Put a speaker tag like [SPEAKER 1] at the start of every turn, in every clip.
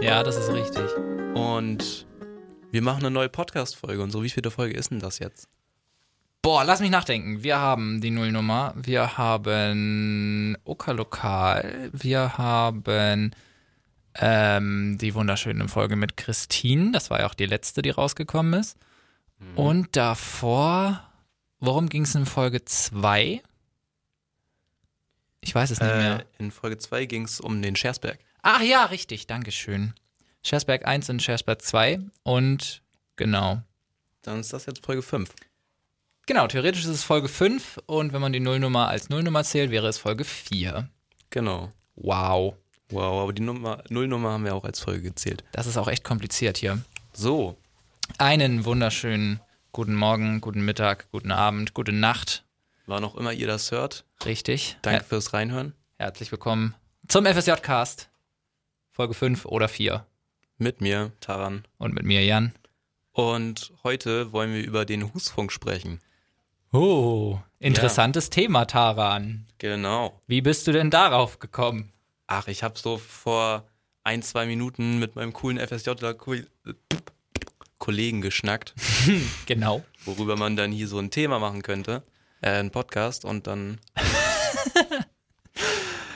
[SPEAKER 1] Ja, das ist richtig. Und wir machen eine neue Podcast-Folge. Und so, wie viele Folge ist denn das jetzt?
[SPEAKER 2] Boah, lass mich nachdenken. Wir haben die Nullnummer, wir haben Oka-Lokal, wir haben ähm, die wunderschöne Folge mit Christine. Das war ja auch die letzte, die rausgekommen ist. Und davor, worum ging es in Folge 2? Ich weiß es nicht
[SPEAKER 1] Äh,
[SPEAKER 2] mehr.
[SPEAKER 1] in Folge 2 ging es um den Schersberg.
[SPEAKER 2] Ach ja, richtig, Dankeschön. Schersberg 1 und Schersberg 2 und genau.
[SPEAKER 1] Dann ist das jetzt Folge 5.
[SPEAKER 2] Genau, theoretisch ist es Folge 5 und wenn man die Nullnummer als Nullnummer zählt, wäre es Folge 4.
[SPEAKER 1] Genau.
[SPEAKER 2] Wow.
[SPEAKER 1] Wow, aber die Nummer, Nullnummer haben wir auch als Folge gezählt.
[SPEAKER 2] Das ist auch echt kompliziert hier.
[SPEAKER 1] So,
[SPEAKER 2] Einen wunderschönen guten Morgen, guten Mittag, guten Abend, gute Nacht.
[SPEAKER 1] wann auch immer ihr das hört,
[SPEAKER 2] Richtig.
[SPEAKER 1] danke fürs Reinhören.
[SPEAKER 2] Her herzlich willkommen zum FSJ-Cast. Folge 5 oder 4.
[SPEAKER 1] Mit mir, Taran.
[SPEAKER 2] Und mit mir, Jan.
[SPEAKER 1] Und heute wollen wir über den Husfunk sprechen.
[SPEAKER 2] Oh, interessantes Thema, Taran.
[SPEAKER 1] Genau.
[SPEAKER 2] Wie bist du denn darauf gekommen?
[SPEAKER 1] Ach, ich habe so vor ein, zwei Minuten mit meinem coolen FSJ-Kollegen geschnackt,
[SPEAKER 2] Genau.
[SPEAKER 1] worüber man dann hier so ein Thema machen könnte. Äh, ein Podcast und dann.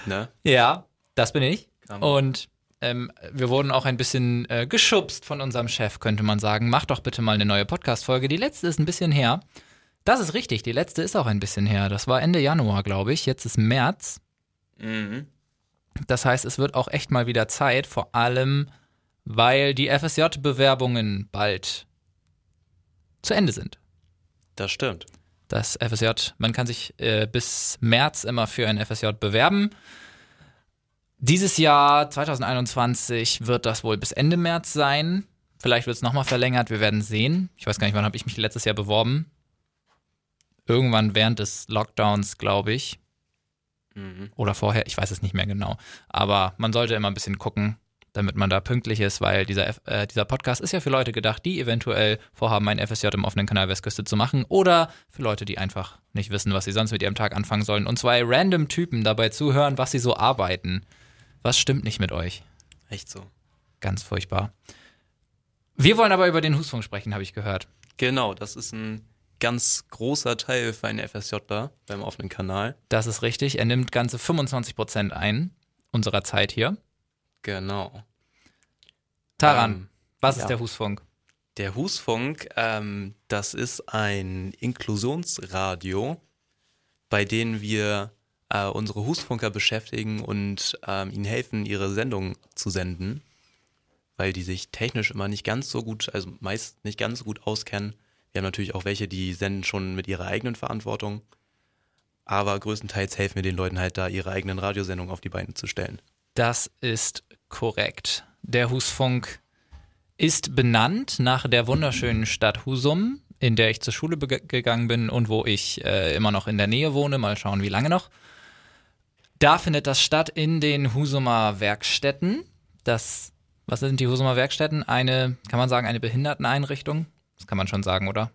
[SPEAKER 1] ne?
[SPEAKER 2] Ja, das bin ich.
[SPEAKER 1] Kam-
[SPEAKER 2] Und ähm, wir wurden auch ein bisschen äh, geschubst von unserem Chef, könnte man sagen. Mach doch bitte mal eine neue Podcast-Folge. Die letzte ist ein bisschen her. Das ist richtig. Die letzte ist auch ein bisschen her. Das war Ende Januar, glaube ich. Jetzt ist März.
[SPEAKER 1] Mhm.
[SPEAKER 2] Das heißt, es wird auch echt mal wieder Zeit, vor allem, weil die FSJ-Bewerbungen bald zu Ende sind.
[SPEAKER 1] Das stimmt.
[SPEAKER 2] Das FSJ, man kann sich äh, bis März immer für ein FSJ bewerben. Dieses Jahr 2021 wird das wohl bis Ende März sein. Vielleicht wird es nochmal verlängert, wir werden sehen. Ich weiß gar nicht, wann habe ich mich letztes Jahr beworben? Irgendwann während des Lockdowns, glaube ich.
[SPEAKER 1] Mhm.
[SPEAKER 2] Oder vorher, ich weiß es nicht mehr genau. Aber man sollte immer ein bisschen gucken, damit man da pünktlich ist, weil dieser, F- äh, dieser Podcast ist ja für Leute gedacht, die eventuell vorhaben, ein FSJ im offenen Kanal Westküste zu machen. Oder für Leute, die einfach nicht wissen, was sie sonst mit ihrem Tag anfangen sollen. Und zwei random Typen dabei zuhören, was sie so arbeiten. Was stimmt nicht mit euch?
[SPEAKER 1] Echt so.
[SPEAKER 2] Ganz furchtbar. Wir wollen aber über den Husfunk sprechen, habe ich gehört.
[SPEAKER 1] Genau, das ist ein ganz großer Teil für einen FSJler beim offenen Kanal.
[SPEAKER 2] Das ist richtig. Er nimmt ganze 25% ein unserer Zeit hier.
[SPEAKER 1] Genau.
[SPEAKER 2] Taran,
[SPEAKER 1] Ähm,
[SPEAKER 2] was
[SPEAKER 1] ja.
[SPEAKER 2] ist der Husfunk?
[SPEAKER 1] Der Husfunk, ähm, das ist ein Inklusionsradio, bei denen wir äh, unsere Husfunker beschäftigen und ähm, ihnen helfen, ihre Sendung zu senden, weil die sich technisch immer nicht ganz so gut, also meist nicht ganz so gut auskennen. Wir haben natürlich auch welche, die senden schon mit ihrer eigenen Verantwortung, aber größtenteils helfen wir den Leuten halt da, ihre eigenen Radiosendungen auf die Beine zu stellen.
[SPEAKER 2] Das ist korrekt. Der Husfunk ist benannt nach der wunderschönen Stadt Husum, in der ich zur Schule bege- gegangen bin und wo ich äh, immer noch in der Nähe wohne. Mal schauen, wie lange noch. Da findet das statt in den Husumer Werkstätten. Das, was sind die Husumer Werkstätten? Eine, kann man sagen, eine Behinderteneinrichtung? Das kann man schon sagen, oder?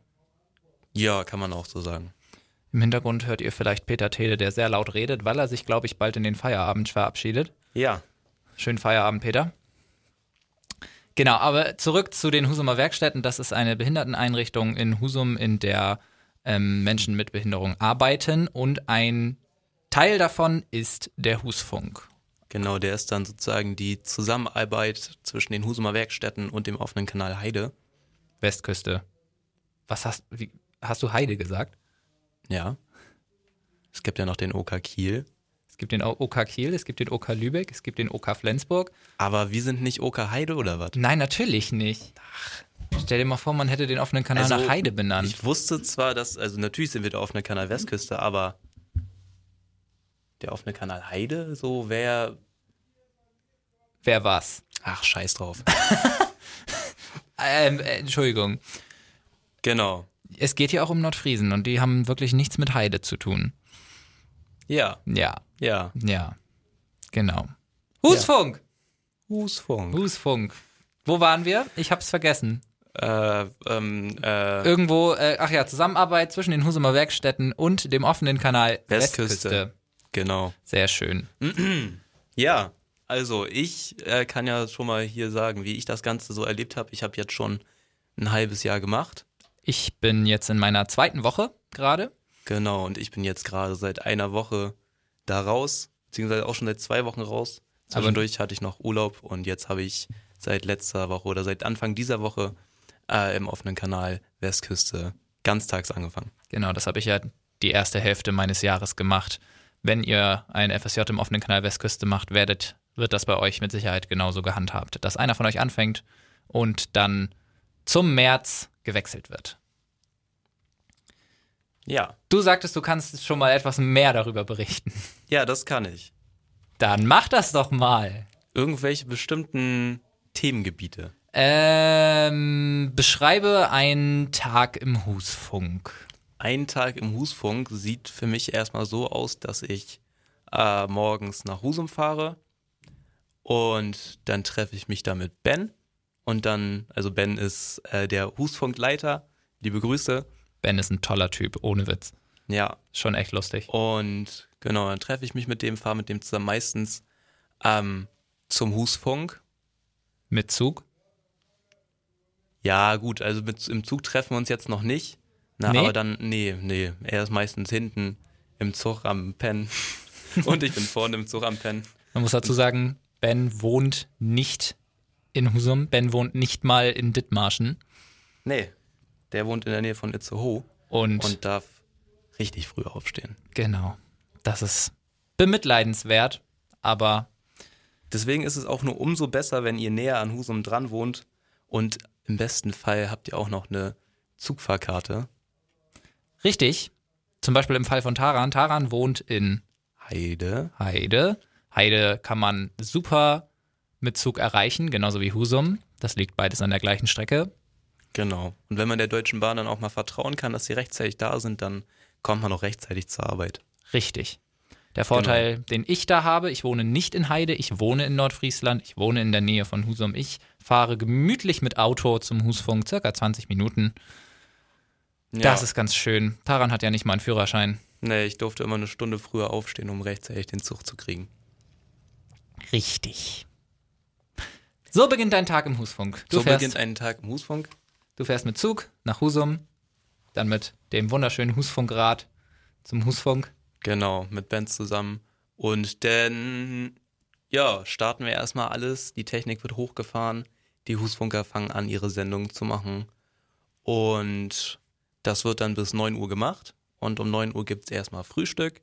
[SPEAKER 1] Ja, kann man auch so sagen.
[SPEAKER 2] Im Hintergrund hört ihr vielleicht Peter Tede, der sehr laut redet, weil er sich, glaube ich, bald in den Feierabend verabschiedet.
[SPEAKER 1] Ja.
[SPEAKER 2] Schönen Feierabend, Peter. Genau, aber zurück zu den Husumer Werkstätten. Das ist eine Behinderteneinrichtung in Husum, in der ähm, Menschen mit Behinderung arbeiten und ein Teil davon ist der Husfunk.
[SPEAKER 1] Genau, der ist dann sozusagen die Zusammenarbeit zwischen den Husumer Werkstätten und dem offenen Kanal Heide.
[SPEAKER 2] Westküste. Was hast, wie, hast du Heide gesagt?
[SPEAKER 1] Ja. Es gibt ja noch den OK Kiel.
[SPEAKER 2] Es gibt den OK Kiel, es gibt den OK Lübeck, es gibt den OK Flensburg.
[SPEAKER 1] Aber wir sind nicht OK Heide oder was?
[SPEAKER 2] Nein, natürlich nicht. Stell dir mal vor, man hätte den offenen Kanal
[SPEAKER 1] Also,
[SPEAKER 2] nach Heide benannt.
[SPEAKER 1] Ich wusste zwar, dass, also natürlich sind wir der offene Kanal Westküste, aber der offene Kanal Heide, so wäre.
[SPEAKER 2] Wer war's?
[SPEAKER 1] Ach, scheiß drauf.
[SPEAKER 2] Ähm, äh, Entschuldigung.
[SPEAKER 1] genau.
[SPEAKER 2] Es geht hier auch um Nordfriesen und die haben wirklich nichts mit Heide zu tun.
[SPEAKER 1] Ja,
[SPEAKER 2] Ja,
[SPEAKER 1] ja.
[SPEAKER 2] ja. Genau. Husfunk!
[SPEAKER 1] Husfunk.
[SPEAKER 2] Husfunk. Wo waren wir? Ich hab's vergessen.
[SPEAKER 1] Äh, ähm, äh,
[SPEAKER 2] Irgendwo, äh, ach ja, Zusammenarbeit zwischen den Husumer Werkstätten und dem offenen Kanal
[SPEAKER 1] Westküste. genau.
[SPEAKER 2] Sehr schön.
[SPEAKER 1] Ja, Also ich äh, kann ja schon mal hier sagen, wie ich das Ganze so erlebt habe. Ich habe jetzt schon ein halbes Jahr gemacht.
[SPEAKER 2] Ich bin jetzt in meiner zweiten Woche gerade.
[SPEAKER 1] Genau, und ich bin jetzt gerade seit einer Woche da raus, beziehungsweise auch schon seit zwei Wochen raus.
[SPEAKER 2] Aber-
[SPEAKER 1] Zwischendurch hatte ich noch Urlaub und jetzt habe ich seit letzter Woche oder seit Anfang dieser Woche äh, im offenen Kanal Westküste ganztags angefangen.
[SPEAKER 2] Genau, das habe ich ja die erste Hälfte meines Jahres gemacht. Wenn ihr ein FSJ im offenen Kanal Westküste macht, werdet, wird das bei euch mit Sicherheit genauso gehandhabt, dass einer von euch anfängt und dann zum März gewechselt wird.
[SPEAKER 1] Ja,
[SPEAKER 2] Du sagtest, du kannst schon mal etwas mehr darüber berichten.
[SPEAKER 1] ja, das kann ich.
[SPEAKER 2] Dann mach das doch mal.
[SPEAKER 1] Irgendwelche bestimmten Themengebiete.
[SPEAKER 2] Ähm, beschreibe einen Tag im Husfunk.
[SPEAKER 1] Ein Tag im Husfunk sieht für mich erstmal so aus, dass ich äh, morgens nach Husum fahre und dann treffe ich mich da mit Ben und dann, also Ben ist äh, der Husfunkleiter, liebe Grüße,
[SPEAKER 2] Ben ist ein toller Typ, ohne Witz.
[SPEAKER 1] ja
[SPEAKER 2] Schon echt lustig.
[SPEAKER 1] und genau, dann treffe ich mich mit dem, fahre mit dem zusammen meistens ähm, zum Husfunk.
[SPEAKER 2] Mit Zug?
[SPEAKER 1] Ja gut, also mit, im Zug treffen wir uns jetzt noch nicht, na,
[SPEAKER 2] Nee?
[SPEAKER 1] aber dann, nee, nee, er ist meistens hinten im Zug am Pennen und ich bin vorne im Zug am Pennen.
[SPEAKER 2] Man muss dazu sagen, Ben wohnt nicht in Husum. Ben wohnt nicht mal in Dithmarschen
[SPEAKER 1] Nee, der wohnt in der Nähe von Itzehoe
[SPEAKER 2] und,
[SPEAKER 1] und darf richtig früh aufstehen.
[SPEAKER 2] genau, das ist bemitleidenswert, aber
[SPEAKER 1] Deswegen ist es auch nur umso besser, wenn ihr näher an Husum dran wohnt und im besten Fall habt ihr auch noch eine Zugfahrkarte.
[SPEAKER 2] richtig. Zum Beispiel im Fall von Taran. Taran wohnt in
[SPEAKER 1] Heide.
[SPEAKER 2] Heide. Heide kann man super mit Zug erreichen, genauso wie Husum. Das liegt beides an der gleichen Strecke.
[SPEAKER 1] Genau. Und wenn man der Deutschen Bahn dann auch mal vertrauen kann, dass sie rechtzeitig da sind, dann kommt man auch rechtzeitig zur Arbeit.
[SPEAKER 2] Richtig. Der Vorteil,
[SPEAKER 1] Genau.
[SPEAKER 2] den ich da habe, ich wohne nicht in Heide, ich wohne in Nordfriesland, ich wohne in der Nähe von Husum. Ich fahre gemütlich mit Auto zum Husfunk, circa 20 Minuten. Das ist ganz schön. Taran hat ja nicht mal einen Führerschein.
[SPEAKER 1] Nee, ich durfte immer eine Stunde früher aufstehen, um rechtzeitig den Zug zu kriegen.
[SPEAKER 2] Richtig. So beginnt dein Tag im Husfunk. Du,
[SPEAKER 1] so
[SPEAKER 2] fährst,
[SPEAKER 1] beginnt ein Tag im Husfunk.
[SPEAKER 2] du fährst mit Zug nach Husum, dann mit dem wunderschönen Husfunkrad zum Husfunk.
[SPEAKER 1] Genau, mit Bands zusammen. Und dann, ja, starten wir erstmal alles. Die Technik wird hochgefahren. Die Husfunker fangen an, ihre Sendungen zu machen. Und das wird dann bis 9 Uhr gemacht. Und um 9 Uhr gibt es erstmal Frühstück.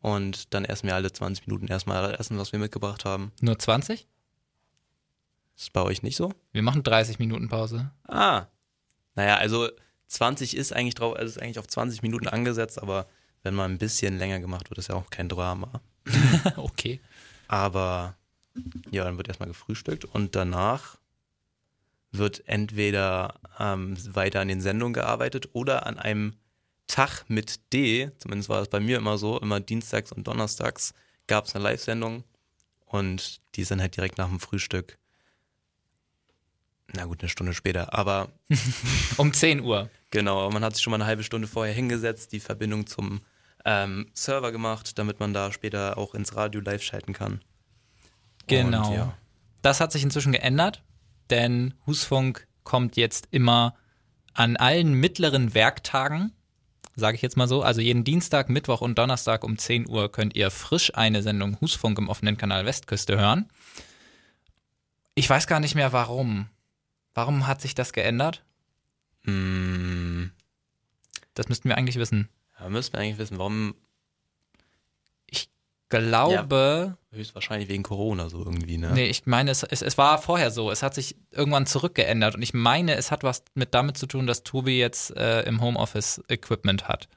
[SPEAKER 1] Und dann essen wir alle 20 Minuten erstmal das Essen, was wir mitgebracht haben.
[SPEAKER 2] Nur 20?
[SPEAKER 1] Ist bei euch nicht so?
[SPEAKER 2] Wir machen 30 Minuten Pause.
[SPEAKER 1] Ah. Naja, also 20 ist eigentlich drauf, also ist eigentlich auf 20 Minuten angesetzt, aber wenn mal ein bisschen länger gemacht wird, ist ja auch kein Drama.
[SPEAKER 2] okay.
[SPEAKER 1] Aber ja, dann wird erstmal gefrühstückt und danach wird entweder ähm, weiter an den Sendungen gearbeitet oder an einem Tag mit D, zumindest war das bei mir immer so, immer dienstags und donnerstags gab es eine Live-Sendung und die sind halt direkt nach dem Frühstück. Na gut, eine Stunde später, aber
[SPEAKER 2] Um 10 Uhr.
[SPEAKER 1] Genau, man hat sich schon mal eine halbe Stunde vorher hingesetzt, die Verbindung zum ähm, Server gemacht, damit man da später auch ins Radio live schalten kann.
[SPEAKER 2] Genau.
[SPEAKER 1] Und, ja.
[SPEAKER 2] Das hat sich inzwischen geändert, denn Husfunk kommt jetzt immer an allen mittleren Werktagen, sage ich jetzt mal so, also jeden Dienstag, Mittwoch und Donnerstag um 10 Uhr könnt ihr frisch eine Sendung Husfunk im offenen Kanal Westküste hören. Ich weiß gar nicht mehr warum. Warum hat sich das geändert?
[SPEAKER 1] Mm,
[SPEAKER 2] Das müssten wir eigentlich wissen.
[SPEAKER 1] da müssen wir eigentlich wissen, warum
[SPEAKER 2] Glaube,
[SPEAKER 1] höchstwahrscheinlich wegen Corona so irgendwie, ne?
[SPEAKER 2] nee, ich meine, es, es, es war vorher so. Es hat sich irgendwann zurückgeändert und ich meine, es hat was mit damit zu tun, dass Tobi jetzt äh, im Homeoffice Equipment hat.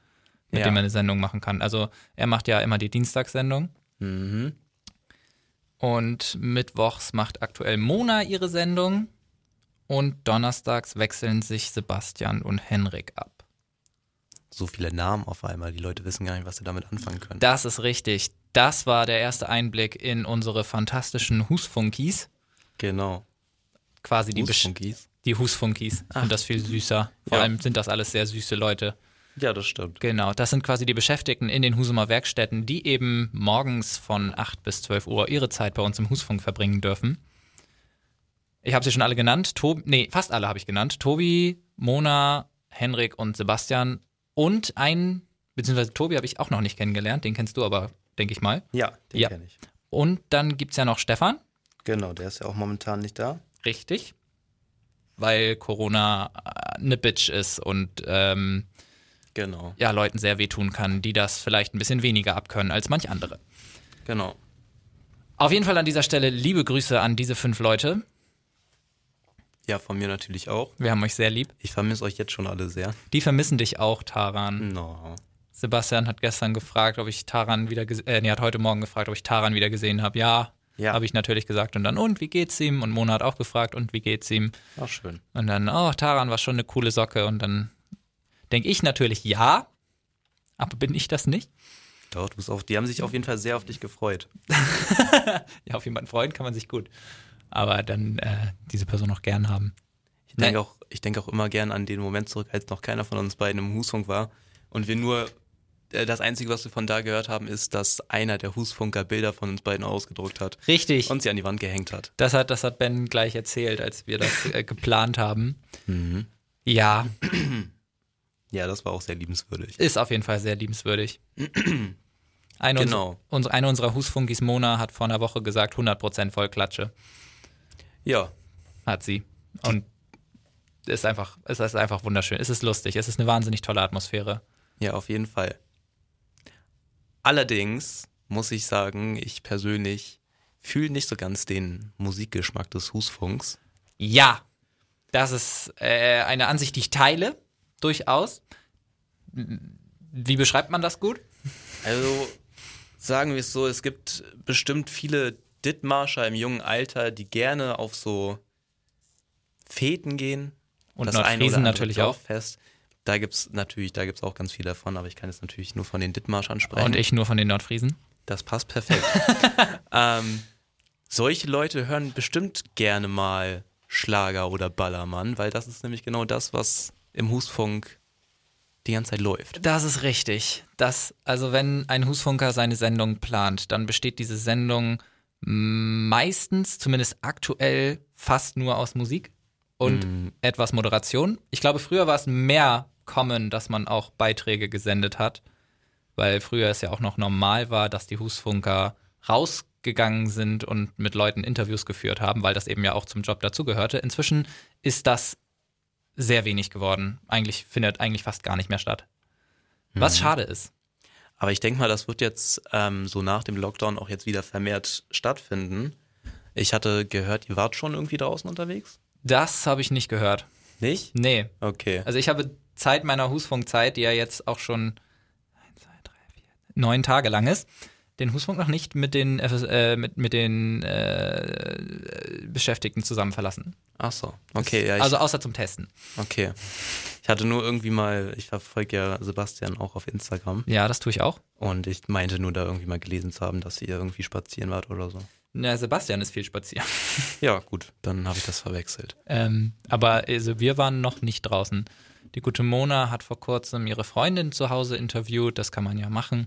[SPEAKER 2] mit
[SPEAKER 1] ja.
[SPEAKER 2] dem er eine Sendung machen kann. Also er macht ja immer die Dienstagssendung
[SPEAKER 1] mhm.
[SPEAKER 2] und mittwochs macht aktuell Mona ihre Sendung und donnerstags wechseln sich Sebastian und Henrik ab.
[SPEAKER 1] So viele Namen auf einmal, die Leute wissen gar nicht, was sie damit anfangen können.
[SPEAKER 2] Das ist richtig. Das war der erste Einblick in unsere fantastischen Husfunkies.
[SPEAKER 1] genau.
[SPEAKER 2] Quasi die, Besch
[SPEAKER 1] Husfunkies.
[SPEAKER 2] die Husfunkies. Und das viel süßer. Vor
[SPEAKER 1] Ah. Ja.
[SPEAKER 2] allem sind das alles sehr süße Leute.
[SPEAKER 1] Ja, das stimmt.
[SPEAKER 2] Genau, das sind quasi die Beschäftigten in den Husumer Werkstätten, die eben morgens von 8 bis 12 Uhr ihre Zeit bei uns im Husfunk verbringen dürfen. Ich habe sie schon alle genannt. Tobi, nee, fast alle habe ich genannt. Tobi, Mona, Henrik und Sebastian. Und ein, beziehungsweise Tobi habe ich auch noch nicht kennengelernt, den kennst du aber, denke ich mal.
[SPEAKER 1] Ja, den
[SPEAKER 2] Ja.
[SPEAKER 1] kenne ich.
[SPEAKER 2] Und dann gibt es ja noch Stefan.
[SPEAKER 1] Genau, der ist ja auch momentan nicht da.
[SPEAKER 2] Richtig. Weil Corona äh, eine Bitch ist und ähm,
[SPEAKER 1] Genau,
[SPEAKER 2] ja, Leuten sehr wehtun kann, die das vielleicht ein bisschen weniger abkönnen als manch andere.
[SPEAKER 1] genau.
[SPEAKER 2] Auf jeden Fall an dieser Stelle liebe Grüße an diese fünf Leute.
[SPEAKER 1] Ja, von mir natürlich auch.
[SPEAKER 2] Wir haben euch sehr lieb.
[SPEAKER 1] Ich vermisse euch jetzt schon alle sehr.
[SPEAKER 2] Die vermissen dich auch,
[SPEAKER 1] Mhm.
[SPEAKER 2] Taran.
[SPEAKER 1] No.
[SPEAKER 2] Sebastian hat gestern gefragt, ob ich Taran wieder gesehen äh, nee, hat heute Morgen gefragt, ob ich Taran wieder gesehen habe. Ja,
[SPEAKER 1] Ja.
[SPEAKER 2] habe ich natürlich gesagt. Und dann, und wie geht's ihm? Und Mona hat auch gefragt, und wie geht's ihm?
[SPEAKER 1] Ach, schön.
[SPEAKER 2] Und dann, oh, Taran war schon eine coole Socke. Und dann denke ich natürlich, ja, aber bin ich das nicht?
[SPEAKER 1] Doch, du bist auf, die haben sich auf jeden Fall sehr auf dich gefreut.
[SPEAKER 2] Ja, auf jemanden freuen kann man sich gut. Aber dann äh, diese Person auch gern haben.
[SPEAKER 1] Ich
[SPEAKER 2] Nee.
[SPEAKER 1] denke auch, ich denke auch immer gern an den Moment zurück, als noch keiner von uns beiden im Husfunk war und wir nur äh, das Einzige, was wir von da gehört haben, ist, dass einer der Husfunker Bilder von uns beiden ausgedruckt hat
[SPEAKER 2] Richtig.
[SPEAKER 1] und sie an die Wand gehängt hat.
[SPEAKER 2] Das hat, das hat Ben gleich erzählt, als wir das äh, geplant haben.
[SPEAKER 1] Mhm.
[SPEAKER 2] Ja,
[SPEAKER 1] Ja, das war auch sehr liebenswürdig.
[SPEAKER 2] ist auf jeden Fall sehr liebenswürdig. Eine,
[SPEAKER 1] Genau.
[SPEAKER 2] uns, uns, eine unserer Husfunkis, Mona, hat vor einer Woche gesagt, 100% Vollklatsche
[SPEAKER 1] Ja,
[SPEAKER 2] hat sie. Und ist einfach, es ist einfach wunderschön. Es ist lustig. Es ist eine wahnsinnig tolle Atmosphäre.
[SPEAKER 1] ja, auf jeden Fall. Allerdings muss ich sagen, ich persönlich fühle nicht so ganz den Musikgeschmack des Husfunks.
[SPEAKER 2] Ja, das ist äh, eine Ansicht, die ich teile, durchaus. Wie beschreibt man das gut?
[SPEAKER 1] Also sagen wir es so, es gibt bestimmt viele Dithmarscher im jungen Alter, die gerne auf so Feten gehen.
[SPEAKER 2] Und
[SPEAKER 1] eine oder
[SPEAKER 2] Nordfriesen
[SPEAKER 1] andere
[SPEAKER 2] natürlich auch.
[SPEAKER 1] Dorffest. Da gibt's natürlich, da gibt's auch ganz viel davon, aber ich kann jetzt natürlich nur von den Dithmarschern sprechen.
[SPEAKER 2] Und ich nur von den Nordfriesen.
[SPEAKER 1] Das passt perfekt. ähm, solche Leute hören bestimmt gerne mal Schlager oder Ballermann, weil das ist nämlich genau das, was im Husfunk die ganze Zeit läuft.
[SPEAKER 2] Das ist richtig. Das, also wenn ein Husfunker seine Sendung plant, dann besteht diese Sendung meistens, zumindest aktuell, fast nur aus Musik und etwas Moderation. Ich glaube, früher war es mehr common, dass man auch Beiträge gesendet hat, weil früher es ja auch noch normal war, dass die Husfunker rausgegangen sind und mit Leuten Interviews geführt haben, weil das eben ja auch zum Job dazugehörte. Inzwischen ist das sehr wenig geworden. Eigentlich findet eigentlich fast gar nicht mehr statt. Was schade ist.
[SPEAKER 1] Aber ich denke mal, das wird jetzt ähm, so nach dem Lockdown auch jetzt wieder vermehrt stattfinden. Ich hatte gehört, ihr wart schon irgendwie draußen unterwegs?
[SPEAKER 2] Das habe ich nicht gehört.
[SPEAKER 1] Nicht?
[SPEAKER 2] Nee.
[SPEAKER 1] Okay.
[SPEAKER 2] Also ich habe Zeit meiner Husfunkzeit, die ja jetzt auch schon eins, zwei, drei, vier, neun Tage lang ist, den Husfunk noch nicht mit den, FS äh, mit, mit den äh, Beschäftigten zusammen verlassen.
[SPEAKER 1] Ach so. Okay, ja, ich,
[SPEAKER 2] also außer zum Testen.
[SPEAKER 1] okay. Ich hatte nur irgendwie mal, ich verfolge ja Sebastian auch auf Instagram
[SPEAKER 2] Ja, das tue ich auch.
[SPEAKER 1] und ich meinte nur da irgendwie mal gelesen zu haben, dass ihr irgendwie spazieren wart oder so.
[SPEAKER 2] Na, Sebastian ist viel spazieren.
[SPEAKER 1] Ja, gut, dann habe ich das verwechselt.
[SPEAKER 2] Ähm, aber also wir waren noch nicht draußen. Die gute Mona hat vor kurzem ihre Freundin zu Hause interviewt, das kann man ja machen.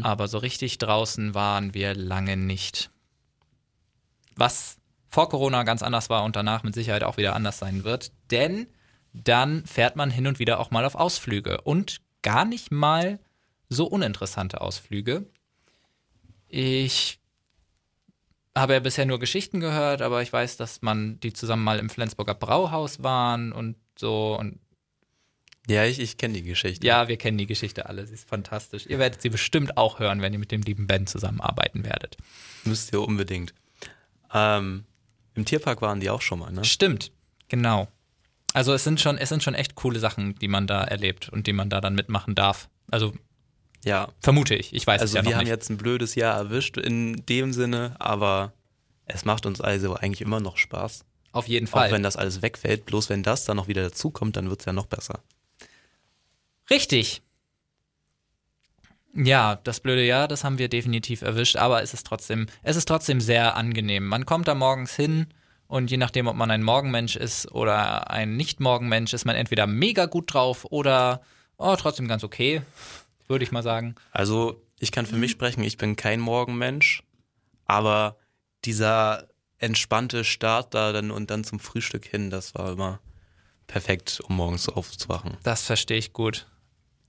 [SPEAKER 2] Aber so richtig draußen waren wir lange nicht. Was vor Corona ganz anders war und danach mit Sicherheit auch wieder anders sein wird. Denn dann fährt man hin und wieder auch mal auf Ausflüge und gar nicht mal so uninteressante Ausflüge. Ich habe ja bisher nur Geschichten gehört, aber ich weiß, dass man die zusammen mal im Flensburger Brauhaus waren und so. Und
[SPEAKER 1] Ja, ich, ich kenne die Geschichte.
[SPEAKER 2] ja, wir kennen die Geschichte alle. Sie ist fantastisch. Ihr werdet sie bestimmt auch hören, wenn ihr mit dem lieben Ben zusammenarbeiten werdet.
[SPEAKER 1] Müsst ihr unbedingt. Ähm, Im Tierpark waren die auch schon mal, ne?
[SPEAKER 2] Stimmt, genau. Also es sind schon, es sind schon echt coole Sachen, die man da erlebt und die man da dann mitmachen darf. Also
[SPEAKER 1] Ja.
[SPEAKER 2] vermute ich. Ich weiß
[SPEAKER 1] Also
[SPEAKER 2] es ja
[SPEAKER 1] wir
[SPEAKER 2] noch
[SPEAKER 1] haben
[SPEAKER 2] nicht.
[SPEAKER 1] jetzt ein blödes Jahr erwischt in dem Sinne, aber es macht uns also eigentlich immer noch Spaß.
[SPEAKER 2] Auf jeden
[SPEAKER 1] Auch wenn
[SPEAKER 2] Fall.
[SPEAKER 1] das alles wegfällt, bloß wenn das dann noch wieder dazukommt, dann wird es ja noch besser.
[SPEAKER 2] Richtig. Ja, das blöde Jahr, das haben wir definitiv erwischt, aber es ist trotzdem, es ist trotzdem sehr angenehm. Man kommt da morgens hin und je nachdem, ob man ein Morgenmensch ist oder ein Nicht-Morgenmensch, ist man entweder mega gut drauf oder oh, trotzdem ganz okay, würde ich mal sagen.
[SPEAKER 1] Also, ich kann für
[SPEAKER 2] Mhm.
[SPEAKER 1] mich sprechen, ich bin kein Morgenmensch, aber dieser entspannte Start da dann und dann zum Frühstück hin, das war immer perfekt, um morgens aufzuwachen.
[SPEAKER 2] Das verstehe ich gut.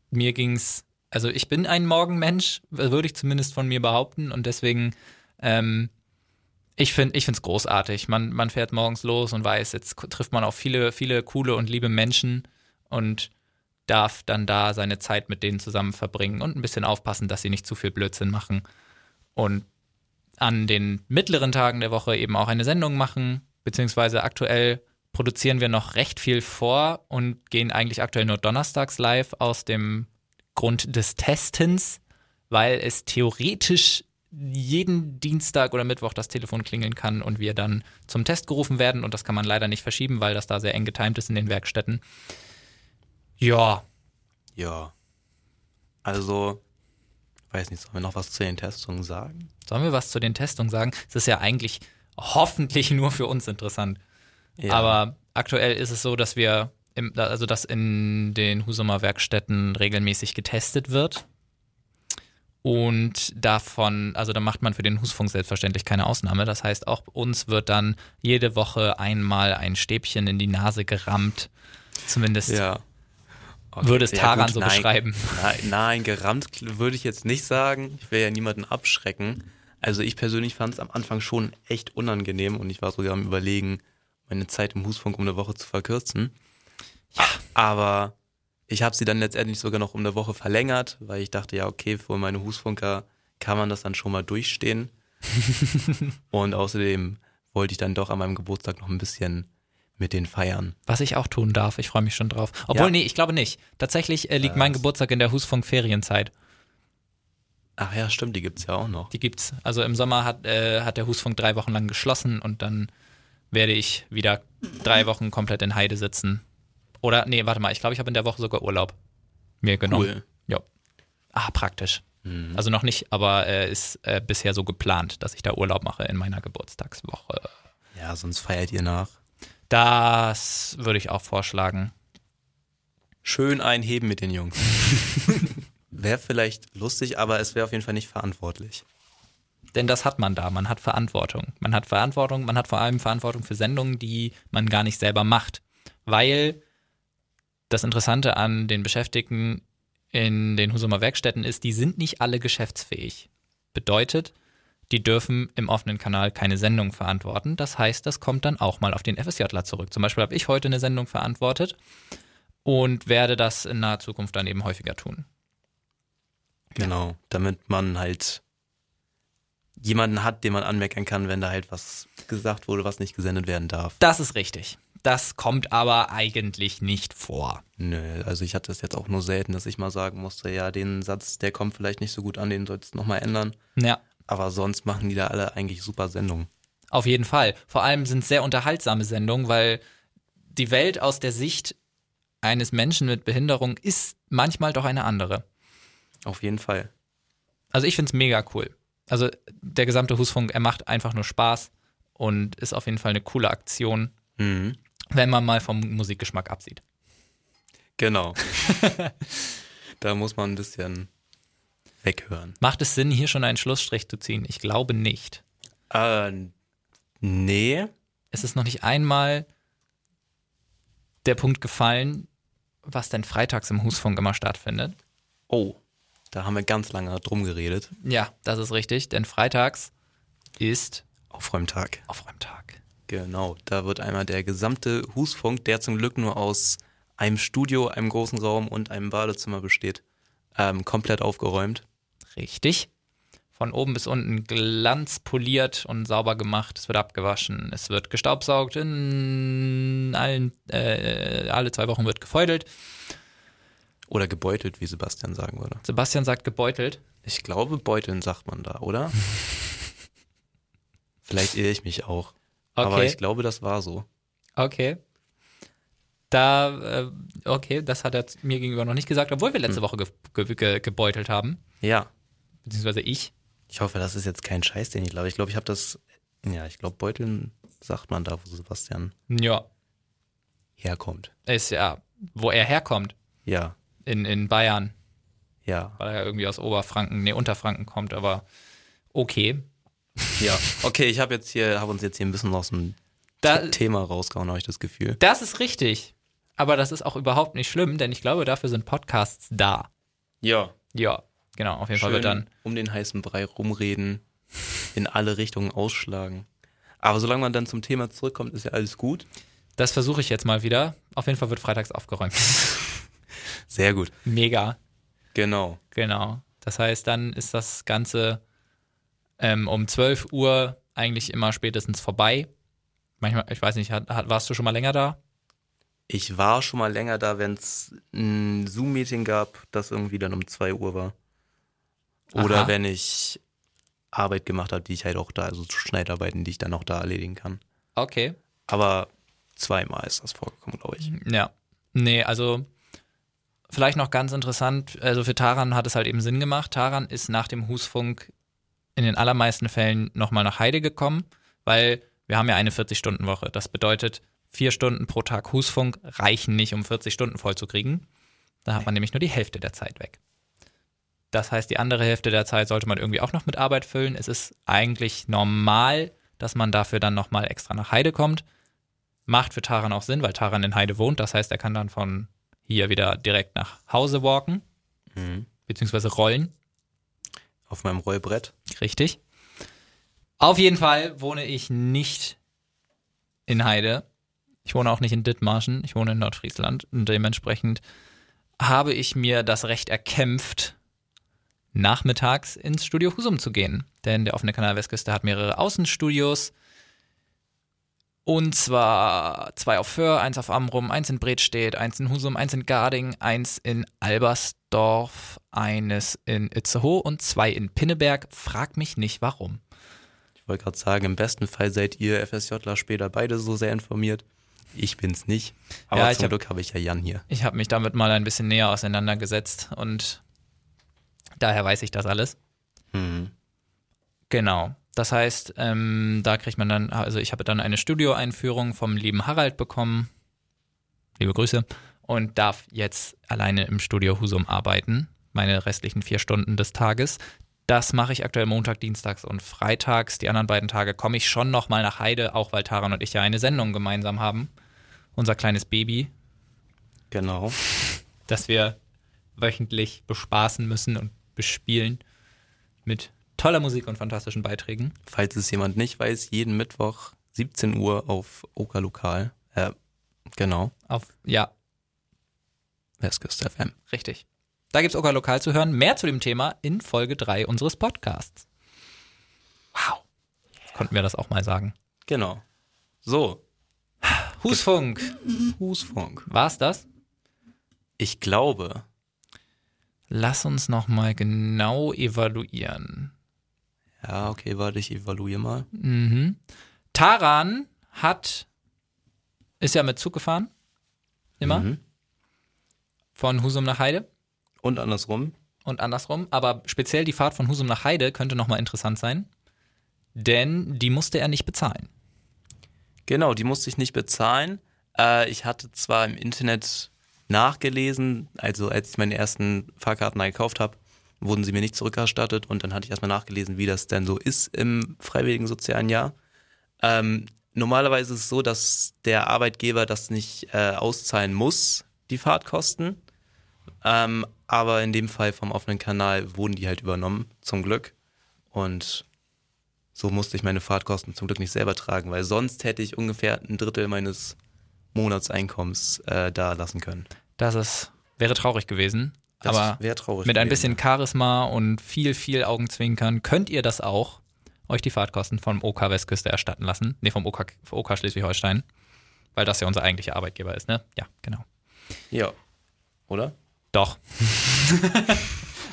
[SPEAKER 2] Mir ging's, also ich bin ein Morgenmensch, würde ich zumindest von mir behaupten und deswegen, ähm, ich finde, ich find's großartig. Man, man fährt morgens los und weiß, jetzt k- trifft man auf viele, viele coole und liebe Menschen und darf dann da seine Zeit mit denen zusammen verbringen und ein bisschen aufpassen, dass sie nicht zu viel Blödsinn machen und an den mittleren Tagen der Woche eben auch eine Sendung machen, beziehungsweise aktuell produzieren wir noch recht viel vor und gehen eigentlich aktuell nur donnerstags live aus dem Grund des Testens, weil es theoretisch jeden Dienstag oder Mittwoch das Telefon klingeln kann und wir dann zum Test gerufen werden und das kann man leider nicht verschieben, weil das da sehr eng getimt ist in den Werkstätten. Ja,
[SPEAKER 1] Ja. Also, weiß nicht, sollen wir noch was zu den Testungen sagen?
[SPEAKER 2] sollen wir was zu den Testungen sagen? Es ist ja eigentlich hoffentlich nur für uns interessant.
[SPEAKER 1] Ja.
[SPEAKER 2] Aber aktuell ist es so, dass wir, im, also dass in den Husumer Werkstätten regelmäßig getestet wird. Und davon, also da macht man für den Husfunk selbstverständlich keine Ausnahme. Das heißt, auch uns wird dann jede Woche einmal ein Stäbchen in die Nase gerammt. Zumindest
[SPEAKER 1] Ja.
[SPEAKER 2] würde es
[SPEAKER 1] Ja,
[SPEAKER 2] Taran
[SPEAKER 1] gut,
[SPEAKER 2] so
[SPEAKER 1] nein.
[SPEAKER 2] beschreiben.
[SPEAKER 1] Nein, nein, gerammt kl- würde ich jetzt nicht sagen. Ich will ja niemanden abschrecken. Also ich persönlich fand es am Anfang schon echt unangenehm und ich war sogar am überlegen, meine Zeit im Husfunk um eine Woche zu verkürzen.
[SPEAKER 2] Ja.
[SPEAKER 1] Aber ich habe sie dann letztendlich sogar noch um eine Woche verlängert, weil ich dachte, ja, okay, für meine Husfunker kann man das dann schon mal durchstehen. und außerdem wollte ich dann doch an meinem Geburtstag noch ein bisschen mit den feiern.
[SPEAKER 2] Was ich auch tun darf, ich freue mich schon drauf. Obwohl,
[SPEAKER 1] Ja.
[SPEAKER 2] nee, ich glaube nicht. Tatsächlich äh, liegt mein
[SPEAKER 1] Was?
[SPEAKER 2] Geburtstag in der Husfunk-Ferienzeit.
[SPEAKER 1] Ach ja, stimmt, die gibt's ja auch noch.
[SPEAKER 2] Die gibt's. Also im Sommer hat, äh, hat der Husfunk drei Wochen lang geschlossen und dann werde ich wieder drei Wochen komplett in Heide sitzen. Oder, nee, warte mal, ich glaube, ich habe in der Woche sogar Urlaub mir genommen.
[SPEAKER 1] Cool.
[SPEAKER 2] Ja. Ah, praktisch. Also noch nicht, aber äh, ist äh, bisher so geplant, dass ich da Urlaub mache in meiner Geburtstagswoche.
[SPEAKER 1] Ja, sonst feiert ihr nach.
[SPEAKER 2] Das würde ich auch vorschlagen.
[SPEAKER 1] Schön einheben mit den Jungs. wäre vielleicht lustig, aber es wäre auf jeden Fall nicht verantwortlich.
[SPEAKER 2] Denn das hat man da. Man hat Verantwortung. Man hat Verantwortung, man hat vor allem Verantwortung für Sendungen, die man gar nicht selber macht. Weil das Interessante an den Beschäftigten in den Husumer Werkstätten ist, die sind nicht alle geschäftsfähig. Bedeutet, die dürfen im offenen Kanal keine Sendung verantworten. Das heißt, das kommt dann auch mal auf den FSJler zurück. Zum Beispiel habe ich heute eine Sendung verantwortet und werde das in naher Zukunft dann eben häufiger tun.
[SPEAKER 1] Genau. Damit man halt jemanden hat, den man anmeckern kann, wenn da halt was gesagt wurde, was nicht gesendet werden darf.
[SPEAKER 2] Das ist richtig. Das kommt aber eigentlich nicht vor.
[SPEAKER 1] Nö, also ich hatte es jetzt auch nur selten, dass ich mal sagen musste, ja, den Satz, der kommt vielleicht nicht so gut an, den solltest du nochmal ändern.
[SPEAKER 2] Ja.
[SPEAKER 1] Aber sonst machen die da alle eigentlich super Sendungen.
[SPEAKER 2] Auf jeden Fall. Vor allem sind es sehr unterhaltsame Sendungen, weil die Welt aus der Sicht eines Menschen mit Behinderung ist manchmal doch eine andere.
[SPEAKER 1] Auf jeden Fall.
[SPEAKER 2] Also ich finde es mega cool. Also der gesamte Husfunk, er macht einfach nur Spaß und ist auf jeden Fall eine coole Aktion,
[SPEAKER 1] Mhm.
[SPEAKER 2] wenn man mal vom Musikgeschmack absieht.
[SPEAKER 1] Genau. da muss man ein bisschen weghören.
[SPEAKER 2] Macht es Sinn, hier schon einen Schlussstrich zu ziehen? Ich glaube nicht.
[SPEAKER 1] Äh, nee.
[SPEAKER 2] Es ist noch nicht einmal der Punkt gefallen, was denn freitags im Husfunk immer stattfindet.
[SPEAKER 1] Oh, da haben wir ganz lange drum geredet.
[SPEAKER 2] Ja, das ist richtig, denn freitags ist
[SPEAKER 1] Aufräumtag.
[SPEAKER 2] Aufräumtag.
[SPEAKER 1] Genau, da wird einmal der gesamte Husfunk, der zum Glück nur aus einem Studio, einem großen Raum und einem Badezimmer besteht, ähm, komplett aufgeräumt.
[SPEAKER 2] Richtig. Von oben bis unten glanzpoliert und sauber gemacht. Es wird abgewaschen, es wird gestaubsaugt, in allen, äh, alle zwei Wochen wird gefeudelt.
[SPEAKER 1] Oder gebeutelt, wie Sebastian sagen würde.
[SPEAKER 2] Sebastian sagt gebeutelt.
[SPEAKER 1] Ich glaube, beuteln sagt man da, oder? Vielleicht irre ich mich auch.
[SPEAKER 2] Okay,
[SPEAKER 1] Aber ich glaube, das war so.
[SPEAKER 2] okay. Da, äh, okay, das hat er z- mir gegenüber noch nicht gesagt, obwohl wir letzte Woche ge ge ge gebeutelt haben.
[SPEAKER 1] Ja.
[SPEAKER 2] Beziehungsweise ich.
[SPEAKER 1] Ich hoffe, das ist jetzt kein Scheiß, den ich glaube. Ich glaube, ich habe das. Ja, ich glaube, beuteln sagt man da, wo Sebastian
[SPEAKER 2] Ja,
[SPEAKER 1] herkommt.
[SPEAKER 2] ist ja, wo er herkommt.
[SPEAKER 1] Ja.
[SPEAKER 2] in, in Bayern,
[SPEAKER 1] Ja.
[SPEAKER 2] weil er irgendwie aus Oberfranken, nee, Unterfranken kommt, aber okay.
[SPEAKER 1] Ja. Okay, ich habe jetzt hier, habe uns jetzt hier ein bisschen aus dem
[SPEAKER 2] Da,
[SPEAKER 1] Thema rausgehauen, habe ich das Gefühl.
[SPEAKER 2] das ist richtig. Aber das ist auch überhaupt nicht schlimm, denn ich glaube, dafür sind Podcasts da.
[SPEAKER 1] Ja.
[SPEAKER 2] Ja, genau, auf jeden Fall
[SPEAKER 1] Schön
[SPEAKER 2] wird dann.
[SPEAKER 1] um den heißen Brei rumreden, in alle Richtungen ausschlagen. Aber solange man dann zum Thema zurückkommt, ist ja alles gut.
[SPEAKER 2] Das versuche ich jetzt mal wieder. Auf jeden Fall wird freitags aufgeräumt.
[SPEAKER 1] Sehr gut.
[SPEAKER 2] Mega.
[SPEAKER 1] Genau.
[SPEAKER 2] Genau. Das heißt, dann ist das Ganze ähm, um 12 Uhr eigentlich immer spätestens vorbei. Manchmal, ich weiß nicht, hat, hat, warst du schon mal länger da?
[SPEAKER 1] Ich war schon mal länger da, wenn es ein Zoom-Meeting gab, das irgendwie dann um 2 Uhr war. Oder
[SPEAKER 2] Aha.
[SPEAKER 1] wenn ich Arbeit gemacht habe, die ich halt auch da, also Schneidarbeiten, die ich dann auch da erledigen kann.
[SPEAKER 2] Okay.
[SPEAKER 1] Aber zweimal ist das vorgekommen, glaube ich.
[SPEAKER 2] Ja. Nee, also vielleicht noch ganz interessant, also für Taran hat es halt eben Sinn gemacht. Taran ist nach dem Husfunk in den allermeisten Fällen nochmal nach Heide gekommen, weil wir haben ja eine 40-Stunden-Woche. Das bedeutet, vier Stunden pro Tag Husfunk reichen nicht, um 40 Stunden vollzukriegen. Da hat man nämlich nur die Hälfte der Zeit weg. Das heißt, die andere Hälfte der Zeit sollte man irgendwie auch noch mit Arbeit füllen. Es ist eigentlich normal, dass man dafür dann nochmal extra nach Heide kommt. Macht für Taran auch Sinn, weil Taran in Heide wohnt. Das heißt, er kann dann von hier wieder direkt nach Hause walken, beziehungsweise rollen.
[SPEAKER 1] Auf meinem Rollbrett.
[SPEAKER 2] Richtig. Auf jeden Fall wohne ich nicht in Heide. Ich wohne auch nicht in Dithmarschen. Ich wohne in Nordfriesland. Und dementsprechend habe ich mir das Recht erkämpft, nachmittags ins Studio Husum zu gehen. Denn der offene Kanal Westküste hat mehrere Außenstudios. Und zwar zwei auf Föhr, eins auf Amrum, eins in Bredstedt, eins in Husum, eins in Garding, eins in Albersdorf, eines in Itzehoe und zwei in Pinneberg. Frag mich nicht warum.
[SPEAKER 1] Ich wollte gerade sagen, im besten Fall seid ihr FSJler später beide so sehr informiert. Ich bin's nicht. Aber
[SPEAKER 2] Ja, ich
[SPEAKER 1] zum
[SPEAKER 2] hab-
[SPEAKER 1] Glück habe ich ja Jan hier.
[SPEAKER 2] Ich habe mich damit mal ein bisschen näher auseinandergesetzt und daher weiß ich das alles. Hm, Genau. Das heißt, ähm, da kriegt man dann, also ich habe dann eine Studioeinführung vom lieben Harald bekommen. Liebe Grüße. Und darf jetzt alleine im Studio Husum arbeiten, meine restlichen vier Stunden des Tages. Das mache ich aktuell Montag, Dienstags und Freitags. Die anderen beiden Tage komme ich schon nochmal nach Heide, auch weil Taran und ich ja eine Sendung gemeinsam haben. Unser kleines Baby,
[SPEAKER 1] Genau.
[SPEAKER 2] dass wir wöchentlich bespaßen müssen und bespielen mit toller Musik und fantastischen Beiträgen.
[SPEAKER 1] Falls es jemand nicht weiß, jeden Mittwoch 17 Uhr auf Oka Lokal. Äh, genau.
[SPEAKER 2] Auf, ja,
[SPEAKER 1] Westküste FM.
[SPEAKER 2] richtig. Da gibt's Oka Lokal zu hören. Mehr zu dem Thema in Folge 3 unseres Podcasts. Wow. Jetzt konnten wir das auch mal sagen.
[SPEAKER 1] Genau. So,
[SPEAKER 2] Husfunk.
[SPEAKER 1] Husfunk.
[SPEAKER 2] War's das?
[SPEAKER 1] Ich glaube,
[SPEAKER 2] Lass uns noch mal genau evaluieren.
[SPEAKER 1] ja, okay, warte, ich evaluiere mal.
[SPEAKER 2] Mhm. Taran hat, ist ja mit Zug gefahren. Immer.
[SPEAKER 1] Mhm.
[SPEAKER 2] Von Husum nach Heide.
[SPEAKER 1] Und andersrum.
[SPEAKER 2] und andersrum. Aber speziell die Fahrt von Husum nach Heide könnte nochmal interessant sein, denn die musste er nicht bezahlen.
[SPEAKER 1] Genau, die musste ich nicht bezahlen. Äh, ich hatte zwar im Internet nachgelesen, also als ich meine ersten Fahrkarten da gekauft habe, wurden sie mir nicht zurückerstattet und dann hatte ich erstmal nachgelesen, wie das denn so ist im freiwilligen sozialen Jahr. Ähm, normalerweise ist es so, dass der Arbeitgeber das nicht äh, auszahlen muss, die Fahrtkosten. Ähm, aber in dem Fall vom offenen Kanal wurden die halt übernommen, zum Glück. Und so musste ich meine Fahrtkosten zum Glück nicht selber tragen, weil sonst hätte ich ungefähr ein Drittel meines Monatseinkommens äh, da lassen können.
[SPEAKER 2] Das ist, wäre traurig gewesen.
[SPEAKER 1] Das
[SPEAKER 2] aber
[SPEAKER 1] wäre traurig.
[SPEAKER 2] mit ein
[SPEAKER 1] gewesen.
[SPEAKER 2] bisschen Charisma und viel, viel Augenzwinkern könnt ihr das auch euch die Fahrtkosten vom OK Westküste erstatten lassen. Nee, vom OK, vom OK Schleswig-Holstein. Weil das ja unser eigentlicher Arbeitgeber ist, ne? Ja, genau.
[SPEAKER 1] Ja. Oder?
[SPEAKER 2] Doch.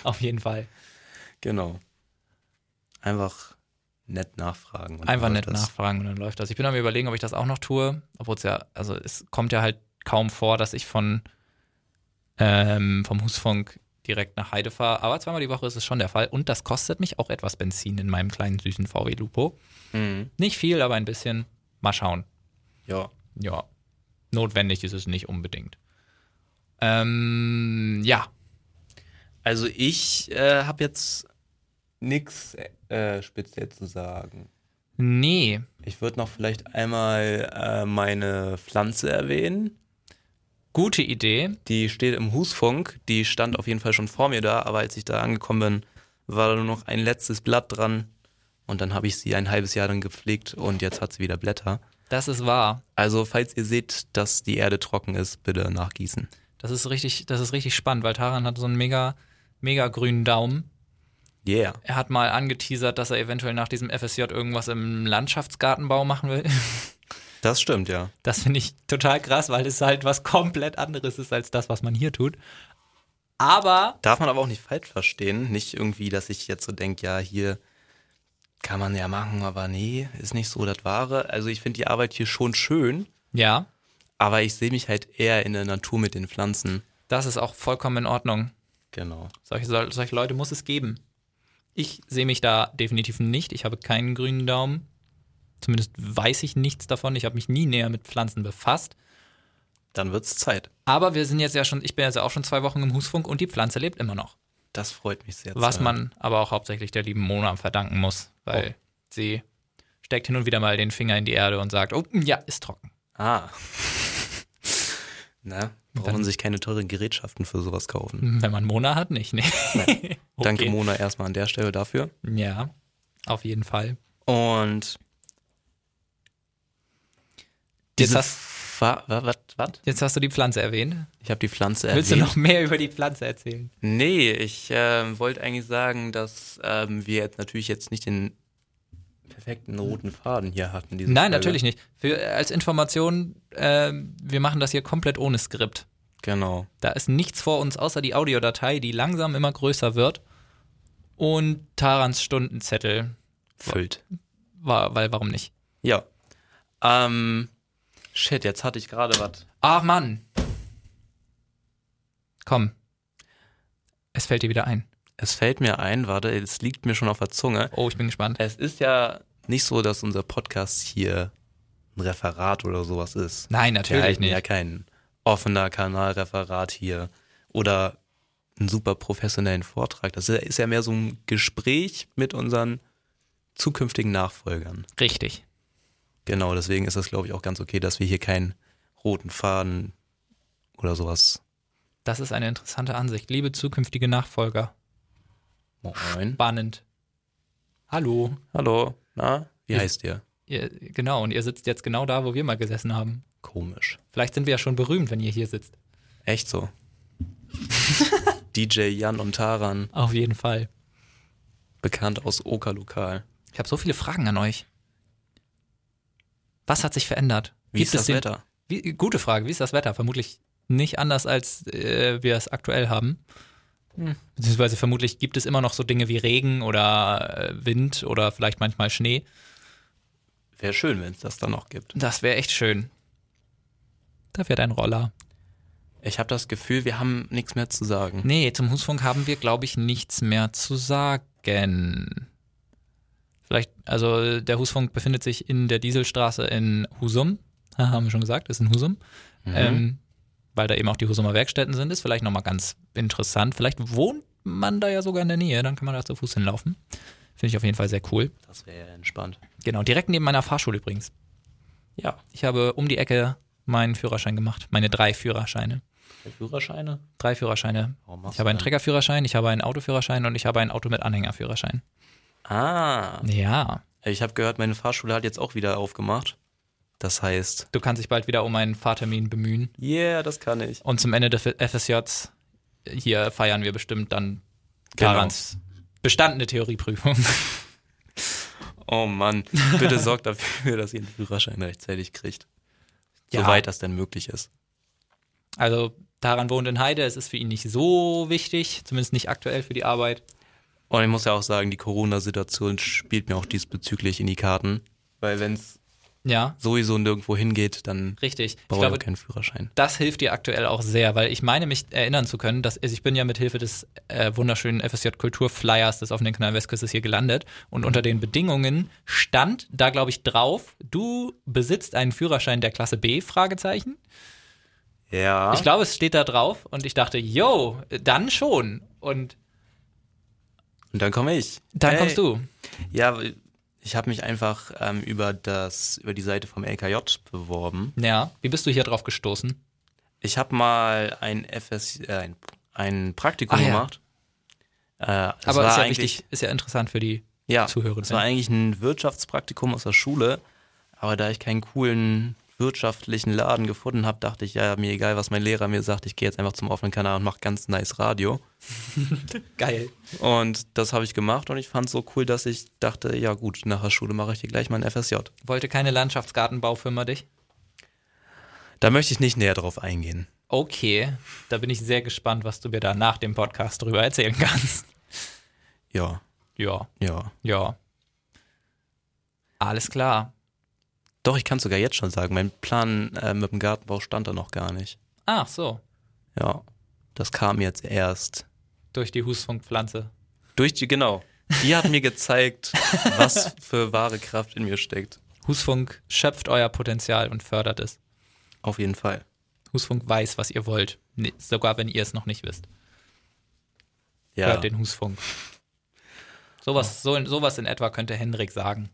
[SPEAKER 2] Auf jeden Fall.
[SPEAKER 1] Genau. Einfach nett nachfragen. und
[SPEAKER 2] Einfach
[SPEAKER 1] dann
[SPEAKER 2] nett
[SPEAKER 1] wird das.
[SPEAKER 2] nachfragen und dann läuft das. Ich bin am überlegen, ob ich das auch noch tue, obwohl es ja, also es kommt ja halt kaum vor, dass ich von ähm, vom Husfunk direkt nach Heide fahre, aber zweimal die Woche ist es schon der Fall und das kostet mich auch etwas Benzin in meinem kleinen süßen VW Lupo.
[SPEAKER 1] Mhm.
[SPEAKER 2] Nicht viel, aber ein bisschen. Mal schauen.
[SPEAKER 1] Ja.
[SPEAKER 2] Ja, notwendig ist es nicht unbedingt. Ähm, ja,
[SPEAKER 1] Also ich äh, habe jetzt nichts äh, speziell zu sagen.
[SPEAKER 2] nee.
[SPEAKER 1] Ich würde noch vielleicht einmal äh, meine Pflanze erwähnen.
[SPEAKER 2] Gute Idee.
[SPEAKER 1] Die steht im Husfunk. Die stand auf jeden Fall schon vor mir da, aber als ich da angekommen bin, war da nur noch ein letztes Blatt dran. Und dann habe ich sie ein halbes Jahr dann gepflegt und jetzt hat sie wieder Blätter.
[SPEAKER 2] Das ist wahr.
[SPEAKER 1] Also, falls ihr seht, dass die Erde trocken ist, bitte nachgießen.
[SPEAKER 2] Das ist richtig, das ist richtig spannend, weil Taran hat so einen mega, mega grünen Daumen.
[SPEAKER 1] Yeah.
[SPEAKER 2] Er hat mal angeteasert, dass er eventuell nach diesem FSJ irgendwas im Landschaftsgartenbau machen will.
[SPEAKER 1] Das stimmt, ja.
[SPEAKER 2] Das finde ich total krass, weil es halt was komplett anderes ist als das, was man hier tut. Aber
[SPEAKER 1] Darf man aber auch nicht falsch verstehen. Nicht irgendwie, dass ich jetzt so denke, ja, hier kann man ja machen, aber nee, ist nicht so das Wahre. Also, ich finde die Arbeit hier schon schön,
[SPEAKER 2] ja,
[SPEAKER 1] aber ich sehe mich halt eher in der Natur mit den Pflanzen.
[SPEAKER 2] das ist auch vollkommen in Ordnung.
[SPEAKER 1] Genau.
[SPEAKER 2] Solche, sol- solche Leute muss es geben. Ich sehe mich da definitiv nicht. Ich habe keinen grünen Daumen. Zumindest weiß ich nichts davon. Ich habe mich nie näher mit Pflanzen befasst.
[SPEAKER 1] Dann wird's Zeit.
[SPEAKER 2] Aber wir sind jetzt ja schon, ich bin jetzt ja auch schon zwei Wochen im Husfunk und die Pflanze lebt immer noch.
[SPEAKER 1] Das freut mich sehr. zu
[SPEAKER 2] Was
[SPEAKER 1] hören.
[SPEAKER 2] man aber auch hauptsächlich der lieben Mona verdanken muss, weil sie steckt hin und wieder mal den Finger in die Erde und sagt, oh, ja, ist trocken.
[SPEAKER 1] Ah. Na, brauchen
[SPEAKER 2] Dann-
[SPEAKER 1] sich keine teuren Gerätschaften für sowas kaufen.
[SPEAKER 2] Wenn man Mona hat, nicht, ne?
[SPEAKER 1] Danke,
[SPEAKER 2] Okay.
[SPEAKER 1] Mona, erstmal an der Stelle dafür.
[SPEAKER 2] Ja, auf jeden Fall.
[SPEAKER 1] Und
[SPEAKER 2] Jetzt
[SPEAKER 1] diese
[SPEAKER 2] hast,
[SPEAKER 1] Fa- wa- wa- wat?
[SPEAKER 2] jetzt hast du die Pflanze erwähnt.
[SPEAKER 1] Ich habe die Pflanze
[SPEAKER 2] Willst
[SPEAKER 1] erwähnt.
[SPEAKER 2] du noch mehr über die Pflanze erzählen?
[SPEAKER 1] Nee, ich ähm, wollte eigentlich sagen, dass ähm, wir jetzt natürlich jetzt nicht den perfekten roten Faden hier hatten. diese
[SPEAKER 2] Nein,
[SPEAKER 1] Folge.
[SPEAKER 2] natürlich nicht. Für, äh, als Information, ähm, wir machen das hier komplett ohne Skript.
[SPEAKER 1] Genau.
[SPEAKER 2] Da ist nichts vor uns außer die Audiodatei, die langsam immer größer wird. Und Tarans Stundenzettel,
[SPEAKER 1] Füllt.
[SPEAKER 2] war, weil warum nicht?
[SPEAKER 1] Ja. Ähm, shit, jetzt hatte ich gerade was.
[SPEAKER 2] Ach Mann. Komm. Es fällt dir wieder ein.
[SPEAKER 1] Es fällt mir ein, warte, es liegt mir schon auf der Zunge.
[SPEAKER 2] Oh, ich bin gespannt.
[SPEAKER 1] Es ist ja nicht so, dass unser Podcast hier ein Referat oder sowas ist.
[SPEAKER 2] Nein,
[SPEAKER 1] Wir
[SPEAKER 2] natürlich
[SPEAKER 1] halten ja
[SPEAKER 2] nicht.
[SPEAKER 1] kein offener Kanalreferat hier oder einen super professionellen Vortrag. Das ist ja mehr so ein Gespräch mit unseren zukünftigen Nachfolgern.
[SPEAKER 2] Richtig.
[SPEAKER 1] Genau, deswegen ist das, glaube ich, auch ganz okay, dass wir hier keinen roten Faden oder sowas.
[SPEAKER 2] Das ist eine interessante Ansicht. Liebe zukünftige Nachfolger.
[SPEAKER 1] Moin.
[SPEAKER 2] Spannend. Hallo.
[SPEAKER 1] Hallo. Na, wie
[SPEAKER 2] Ich-
[SPEAKER 1] heißt ihr?
[SPEAKER 2] Ihr, genau, und ihr sitzt jetzt genau da, wo wir mal gesessen haben.
[SPEAKER 1] Komisch.
[SPEAKER 2] Vielleicht sind wir ja schon berühmt, wenn ihr hier sitzt.
[SPEAKER 1] Echt so. DJ Jan und Taran,
[SPEAKER 2] Auf jeden Fall.
[SPEAKER 1] bekannt aus Oka-Lokal.
[SPEAKER 2] Ich habe so viele Fragen an euch. Was hat sich verändert?
[SPEAKER 1] Wie ist
[SPEAKER 2] es
[SPEAKER 1] das
[SPEAKER 2] den-
[SPEAKER 1] Wetter?
[SPEAKER 2] Wie, gute Frage. Wie ist das Wetter? Vermutlich nicht anders, als äh, wir es aktuell haben. Hm. Beziehungsweise vermutlich gibt es immer noch so Dinge wie Regen oder äh, Wind oder vielleicht manchmal Schnee.
[SPEAKER 1] Wäre schön, wenn es das dann noch gibt.
[SPEAKER 2] Das wäre echt schön. Da fährt ein Roller.
[SPEAKER 1] Ich habe das Gefühl, wir haben nichts mehr zu sagen.
[SPEAKER 2] Nee, zum Husfunk haben wir, glaube ich, nichts mehr zu sagen. Vielleicht, also der Husfunk befindet sich in der Dieselstraße in Husum. Ha, haben wir schon gesagt, ist in Husum.
[SPEAKER 1] Mhm.
[SPEAKER 2] Ähm, weil da eben auch die Husumer Werkstätten sind, ist vielleicht nochmal ganz interessant. Vielleicht wohnt man da ja sogar in der Nähe, dann kann man da zu Fuß hinlaufen. Finde ich auf jeden Fall sehr cool.
[SPEAKER 1] Das wäre ja entspannt.
[SPEAKER 2] Genau, direkt neben meiner Fahrschule übrigens.
[SPEAKER 1] Ja,
[SPEAKER 2] Ich habe um die Ecke meinen Führerschein gemacht, meine drei Führerscheine.
[SPEAKER 1] Äh, Führerscheine.
[SPEAKER 2] Drei Führerscheine.
[SPEAKER 1] Warum machst
[SPEAKER 2] Ich habe
[SPEAKER 1] du
[SPEAKER 2] einen
[SPEAKER 1] denn-
[SPEAKER 2] Treckerführerschein, ich habe einen Autoführerschein und ich habe ein Auto mit Anhängerführerschein.
[SPEAKER 1] Ah,
[SPEAKER 2] Ja,
[SPEAKER 1] ich habe gehört, meine Fahrschule hat jetzt auch wieder aufgemacht. Das heißt,
[SPEAKER 2] du kannst dich bald wieder um einen Fahrtermin bemühen.
[SPEAKER 1] yeah, das kann ich.
[SPEAKER 2] Und zum Ende des FSJs hier feiern wir bestimmt dann
[SPEAKER 1] Genau.
[SPEAKER 2] Karans bestandene Theorieprüfung.
[SPEAKER 1] Oh Mann, bitte sorgt dafür, dass ihr den Führerschein rechtzeitig kriegt.
[SPEAKER 2] Ja.
[SPEAKER 1] Soweit das denn möglich ist.
[SPEAKER 2] Also Taran wohnt in Heide, es ist für ihn nicht so wichtig, zumindest nicht aktuell für die Arbeit.
[SPEAKER 1] Und ich muss ja auch sagen, die Corona-Situation spielt mir auch diesbezüglich in die Karten. Weil wenn es
[SPEAKER 2] Ja,
[SPEAKER 1] sowieso nirgendwo hingeht, dann
[SPEAKER 2] richtig. Ich
[SPEAKER 1] brauche ich auch
[SPEAKER 2] glaube,
[SPEAKER 1] keinen Führerschein.
[SPEAKER 2] das hilft dir aktuell auch sehr, weil ich meine, mich erinnern zu können, dass also ich bin ja mit Hilfe des äh, wunderschönen FSJ Kultur Flyers des offenen Kanal Westküstes hier gelandet und unter den Bedingungen stand da glaube ich drauf, du besitzt einen Führerschein der Klasse B Fragezeichen.
[SPEAKER 1] Ja.
[SPEAKER 2] Ich glaube, es steht da drauf und ich dachte, yo, dann schon. Und
[SPEAKER 1] Und dann komme ich.
[SPEAKER 2] dann
[SPEAKER 1] Hey.
[SPEAKER 2] kommst du.
[SPEAKER 1] Ja, ich habe mich einfach ähm, über das über die Seite vom LKJ beworben.
[SPEAKER 2] Ja. Wie bist du hier drauf gestoßen?
[SPEAKER 1] Ich habe mal ein FS äh, ein, ein Praktikum
[SPEAKER 2] Ach ja.
[SPEAKER 1] gemacht. Äh, das
[SPEAKER 2] Aber ist ja
[SPEAKER 1] eigentlich-
[SPEAKER 2] wichtig, ist ja interessant für die.
[SPEAKER 1] Ja,
[SPEAKER 2] Zuhörenden.
[SPEAKER 1] es war eigentlich ein Wirtschaftspraktikum aus der Schule, aber da ich keinen coolen wirtschaftlichen Laden gefunden habe, dachte ich, ja, mir egal, was mein Lehrer mir sagt, ich gehe jetzt einfach zum offenen Kanal und mache ganz nice Radio.
[SPEAKER 2] Geil.
[SPEAKER 1] Und das habe ich gemacht und ich fand es so cool, dass ich dachte, ja gut, nach der Schule mache ich dir gleich mal ein FSJ.
[SPEAKER 2] Wollte keine Landschaftsgartenbaufirma dich?
[SPEAKER 1] Da möchte ich nicht näher drauf eingehen.
[SPEAKER 2] Okay, da bin ich sehr gespannt, was du mir da nach dem Podcast drüber erzählen kannst.
[SPEAKER 1] Ja,
[SPEAKER 2] Ja,
[SPEAKER 1] ja.
[SPEAKER 2] ja. Alles klar.
[SPEAKER 1] Doch, ich kann sogar jetzt schon sagen, mein Plan äh, mit dem Gartenbau stand da noch gar nicht.
[SPEAKER 2] Ach Ah, so,
[SPEAKER 1] Ja, das kam jetzt erst.
[SPEAKER 2] durch die Husfunkpflanze.
[SPEAKER 1] Durch die, genau. Die hat mir gezeigt, was für wahre Kraft in mir steckt.
[SPEAKER 2] Husfunk schöpft euer Potenzial und fördert es.
[SPEAKER 1] Auf jeden Fall.
[SPEAKER 2] Husfunk weiß, was ihr wollt. Nee, sogar wenn ihr es noch nicht wisst.
[SPEAKER 1] Ja.
[SPEAKER 2] Hört den Husfunk. Sowas, so, sowas in etwa könnte Henrik sagen.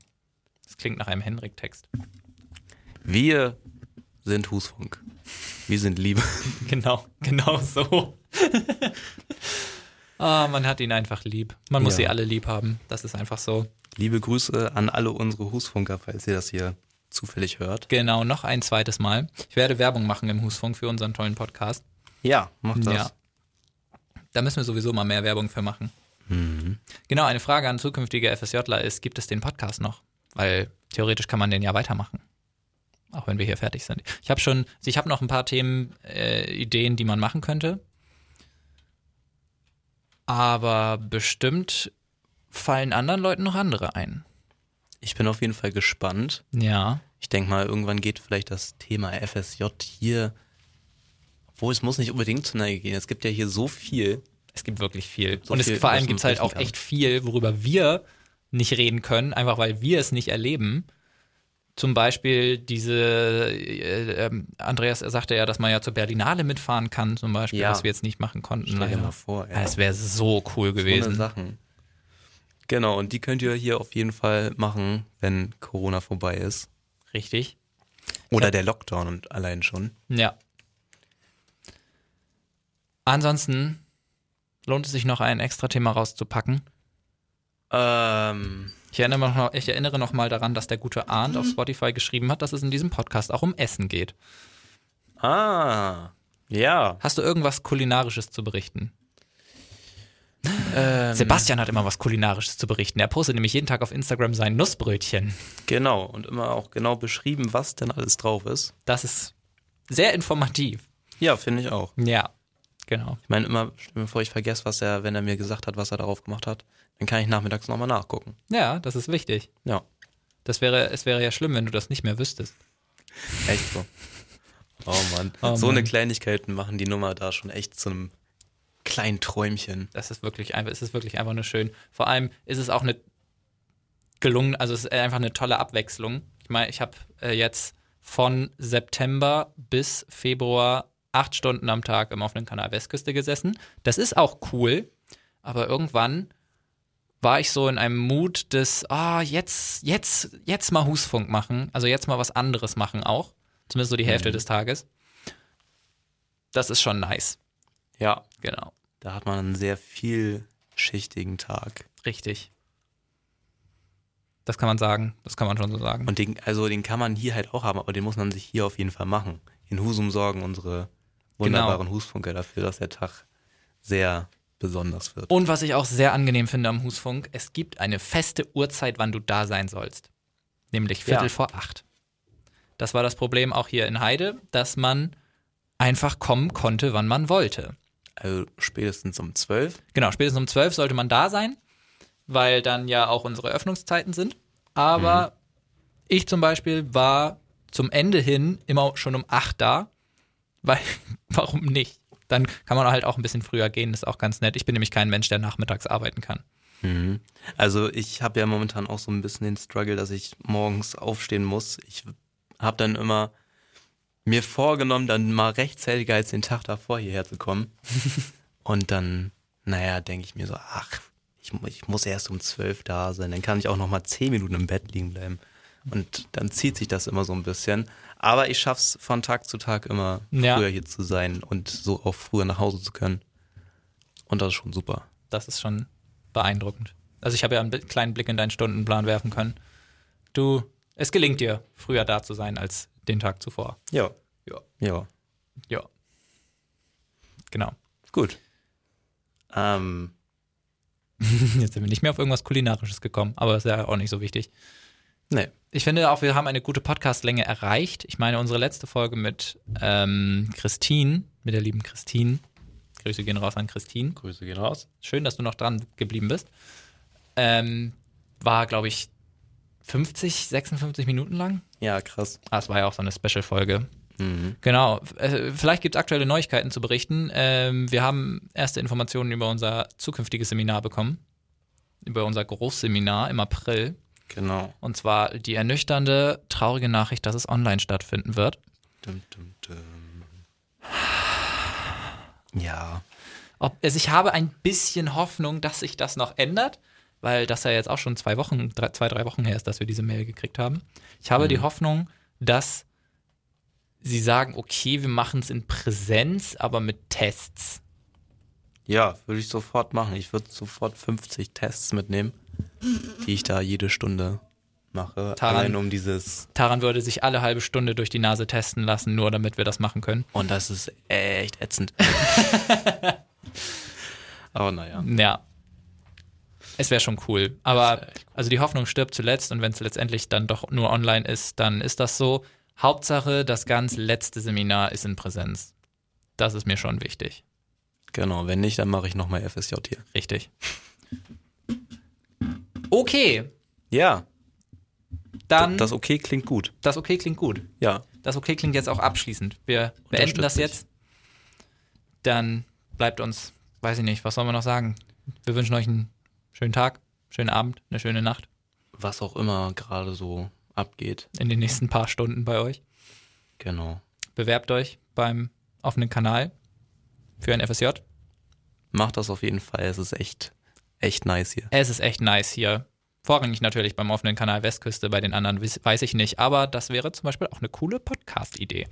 [SPEAKER 2] Das klingt nach einem Henrik-Text.
[SPEAKER 1] Wir sind Husfunk. Wir sind Liebe.
[SPEAKER 2] Genau, genau so. Ah, man hat ihn einfach lieb. Man muss
[SPEAKER 1] Ja.
[SPEAKER 2] sie alle lieb haben. Das ist einfach so.
[SPEAKER 1] Liebe Grüße an alle unsere Husfunker, falls ihr das hier zufällig hört.
[SPEAKER 2] Genau, noch ein zweites Mal. Ich werde Werbung machen im Husfunk für unseren tollen Podcast.
[SPEAKER 1] Ja, macht das.
[SPEAKER 2] Ja. Da müssen wir sowieso mal mehr Werbung für machen. Genau, eine Frage an zukünftige FSJler ist, gibt es den Podcast noch? Weil theoretisch kann man den ja weitermachen. Auch wenn wir hier fertig sind. Ich habe schon, also ich habe noch ein paar Themen, äh, Ideen, die man machen könnte. Aber bestimmt fallen anderen Leuten noch andere ein.
[SPEAKER 1] Ich bin auf jeden Fall gespannt.
[SPEAKER 2] Ja.
[SPEAKER 1] Ich denke mal, irgendwann geht vielleicht das Thema FSJ hier. Obwohl, es muss nicht unbedingt zu Neige gehen. Es gibt ja hier so viel.
[SPEAKER 2] Es gibt wirklich viel.
[SPEAKER 1] So
[SPEAKER 2] und es,
[SPEAKER 1] viel,
[SPEAKER 2] vor allem
[SPEAKER 1] was man
[SPEAKER 2] gibt es halt
[SPEAKER 1] berichten
[SPEAKER 2] auch
[SPEAKER 1] kann.
[SPEAKER 2] echt viel, worüber wir nicht reden können, einfach weil wir es nicht erleben. Zum Beispiel diese, äh, ähm, Andreas sagte ja, dass man ja zur Berlinale mitfahren kann, zum Beispiel,
[SPEAKER 1] Ja.
[SPEAKER 2] was wir jetzt nicht machen konnten.
[SPEAKER 1] Stell dir
[SPEAKER 2] leider.
[SPEAKER 1] mal vor.
[SPEAKER 2] Ja, Es wäre so cool
[SPEAKER 1] Ohne
[SPEAKER 2] gewesen.
[SPEAKER 1] Sachen. Genau, und die könnt ihr hier auf jeden Fall machen, wenn Corona vorbei ist.
[SPEAKER 2] Richtig?
[SPEAKER 1] Oder der Lockdown und allein schon.
[SPEAKER 2] Ja. Ansonsten lohnt es sich noch ein extra Thema rauszupacken.
[SPEAKER 1] Ähm,
[SPEAKER 2] Ich erinnere, mich noch, ich erinnere noch mal daran, dass der gute Arndt
[SPEAKER 1] Mhm.
[SPEAKER 2] auf Spotify geschrieben hat, dass es in diesem Podcast auch um Essen geht.
[SPEAKER 1] ah, ja.
[SPEAKER 2] Hast du irgendwas Kulinarisches zu berichten?
[SPEAKER 1] Ähm,
[SPEAKER 2] Sebastian hat immer was Kulinarisches zu berichten. Er postet nämlich jeden Tag auf Instagram sein Nussbrötchen.
[SPEAKER 1] Genau, und immer auch genau beschrieben, was denn alles drauf ist.
[SPEAKER 2] Das ist sehr informativ.
[SPEAKER 1] Ja, finde ich auch.
[SPEAKER 2] Ja, genau.
[SPEAKER 1] Ich meine, immer, stell mir vor, ich vergesse, was er, wenn er mir gesagt hat, was er darauf gemacht hat, dann kann ich nachmittags nochmal nachgucken.
[SPEAKER 2] Ja, das ist wichtig.
[SPEAKER 1] Ja,
[SPEAKER 2] Das wäre, es wäre ja schlimm, wenn du das nicht mehr wüsstest.
[SPEAKER 1] echt so. Oh Mann.
[SPEAKER 2] Oh
[SPEAKER 1] so eine
[SPEAKER 2] Mann.
[SPEAKER 1] Kleinigkeiten machen die Nummer da schon echt zu einem kleinen Träumchen.
[SPEAKER 2] Das ist wirklich einfach, es ist wirklich einfach nur schön. Vor allem ist es auch eine gelungen, also es ist einfach eine tolle Abwechslung. Ich meine, ich habe äh, jetzt von September bis Februar acht Stunden am Tag im offenen Kanal Westküste gesessen. Das ist auch cool, aber irgendwann war ich so in einem Mut des, ah, jetzt, jetzt, jetzt mal Husfunk machen, also jetzt mal was anderes machen auch. Zumindest so die Hälfte des Tages. Das ist schon nice.
[SPEAKER 1] Ja.
[SPEAKER 2] Genau.
[SPEAKER 1] Da hat man einen sehr vielschichtigen Tag.
[SPEAKER 2] Richtig. Das kann man sagen. Das kann man schon so sagen.
[SPEAKER 1] Und den, also den kann man hier halt auch haben, aber den muss man sich hier auf jeden Fall machen. In Husum sorgen unsere wunderbaren Husfunker dafür, dass der Tag sehr besonders wird.
[SPEAKER 2] Und was ich auch sehr angenehm finde am Husfunk, es gibt eine feste Uhrzeit, wann du da sein sollst. Nämlich Viertel
[SPEAKER 1] Ja.
[SPEAKER 2] vor acht. Das war das Problem auch hier in Heide, dass man einfach kommen konnte, wann man wollte.
[SPEAKER 1] Also spätestens um 12.
[SPEAKER 2] Genau, spätestens um zwölf sollte man da sein, weil dann ja auch unsere Öffnungszeiten sind. Aber ich zum Beispiel war zum Ende hin immer schon um acht da, weil warum nicht? Dann kann man halt auch ein bisschen früher gehen, ist auch ganz nett. Ich bin nämlich kein Mensch, der nachmittags arbeiten kann.
[SPEAKER 1] Also ich habe ja momentan auch so ein bisschen den Struggle, dass ich morgens aufstehen muss. Ich habe dann immer mir vorgenommen, dann mal rechtzeitiger als den Tag davor hierher zu kommen. Und dann, naja, denke ich mir so, ach, ich, mu- ich muss erst um zwölf da sein, dann kann ich auch noch mal zehn Minuten im Bett liegen bleiben. Und dann zieht sich das immer so ein bisschen. Aber ich schaff's von Tag zu Tag immer
[SPEAKER 2] Ja.
[SPEAKER 1] früher hier zu sein und so auch früher nach Hause zu können. Und das ist schon super.
[SPEAKER 2] Das ist schon beeindruckend. Also ich habe ja einen bi- kleinen Blick in deinen Stundenplan werfen können. Du, es gelingt dir, früher da zu sein als den Tag zuvor.
[SPEAKER 1] Ja.
[SPEAKER 2] Ja.
[SPEAKER 1] Ja.
[SPEAKER 2] Ja. Genau.
[SPEAKER 1] Gut. Ähm,
[SPEAKER 2] Jetzt sind wir nicht mehr auf irgendwas Kulinarisches gekommen, aber ist ja auch nicht so wichtig.
[SPEAKER 1] nee.
[SPEAKER 2] Ich finde auch, wir haben eine gute Podcast-Länge erreicht. Ich meine, unsere letzte Folge mit ähm, Christine, mit der lieben Christine. Grüße gehen raus an Christine.
[SPEAKER 1] Grüße gehen raus.
[SPEAKER 2] Schön, dass du noch dran geblieben bist. Ähm, war, glaube ich, 50, 56 Minuten lang.
[SPEAKER 1] Ja, krass.
[SPEAKER 2] Ah, es war ja auch so eine Special-Folge.
[SPEAKER 1] Mhm.
[SPEAKER 2] Genau. Äh, Vielleicht gibt es aktuelle Neuigkeiten zu berichten. Ähm, wir haben erste Informationen über unser zukünftiges Seminar bekommen. Über unser Großseminar im April.
[SPEAKER 1] Genau.
[SPEAKER 2] Und zwar die ernüchternde, traurige Nachricht, dass es online stattfinden wird.
[SPEAKER 1] Dum, dum, dum. Ja.
[SPEAKER 2] Ob, also ich habe ein bisschen Hoffnung, dass sich das noch ändert, weil das ja jetzt auch schon zwei Wochen, drei, zwei, drei Wochen her ist, dass wir diese Mail gekriegt haben. Ich habe die Hoffnung, dass sie sagen, okay, wir machen es in Präsenz, aber mit Tests.
[SPEAKER 1] Ja, würde ich sofort machen. Ich würde sofort 50 Tests mitnehmen, die ich da jede Stunde mache.
[SPEAKER 2] Taran.
[SPEAKER 1] Allein um dieses.
[SPEAKER 2] Taran würde sich alle halbe Stunde durch die Nase testen lassen, nur damit wir das machen können.
[SPEAKER 1] Und das ist echt ätzend. Aber naja.
[SPEAKER 2] Ja. Es wäre schon cool. Aber also die Hoffnung stirbt zuletzt und wenn es letztendlich dann doch nur online ist, dann ist das so. Hauptsache, das ganz letzte Seminar ist in Präsenz. Das ist mir schon wichtig.
[SPEAKER 1] Genau, wenn nicht, dann mache ich nochmal FSJ hier.
[SPEAKER 2] Richtig. Okay,
[SPEAKER 1] Ja,
[SPEAKER 2] dann
[SPEAKER 1] das
[SPEAKER 2] das,
[SPEAKER 1] okay klingt gut.
[SPEAKER 2] okay klingt gut.
[SPEAKER 1] Ja.
[SPEAKER 2] Das okay klingt jetzt auch abschließend. Wir beenden das
[SPEAKER 1] Unterstütze
[SPEAKER 2] jetzt. Dann bleibt uns, weiß ich nicht, was soll man noch sagen? Wir wünschen euch einen schönen Tag, schönen Abend, eine schöne Nacht
[SPEAKER 1] Was auch immer gerade so abgeht.
[SPEAKER 2] in den nächsten paar Stunden bei euch.
[SPEAKER 1] Genau.
[SPEAKER 2] bewerbt euch beim offenen Kanal für ein FSJ.
[SPEAKER 1] Macht das auf jeden Fall. Es ist echt, echt nice hier.
[SPEAKER 2] Es ist echt nice hier. Vorrangig natürlich beim offenen Kanal Westküste, bei den anderen wiss- weiß ich nicht, aber das wäre zum Beispiel auch eine coole Podcast-Idee.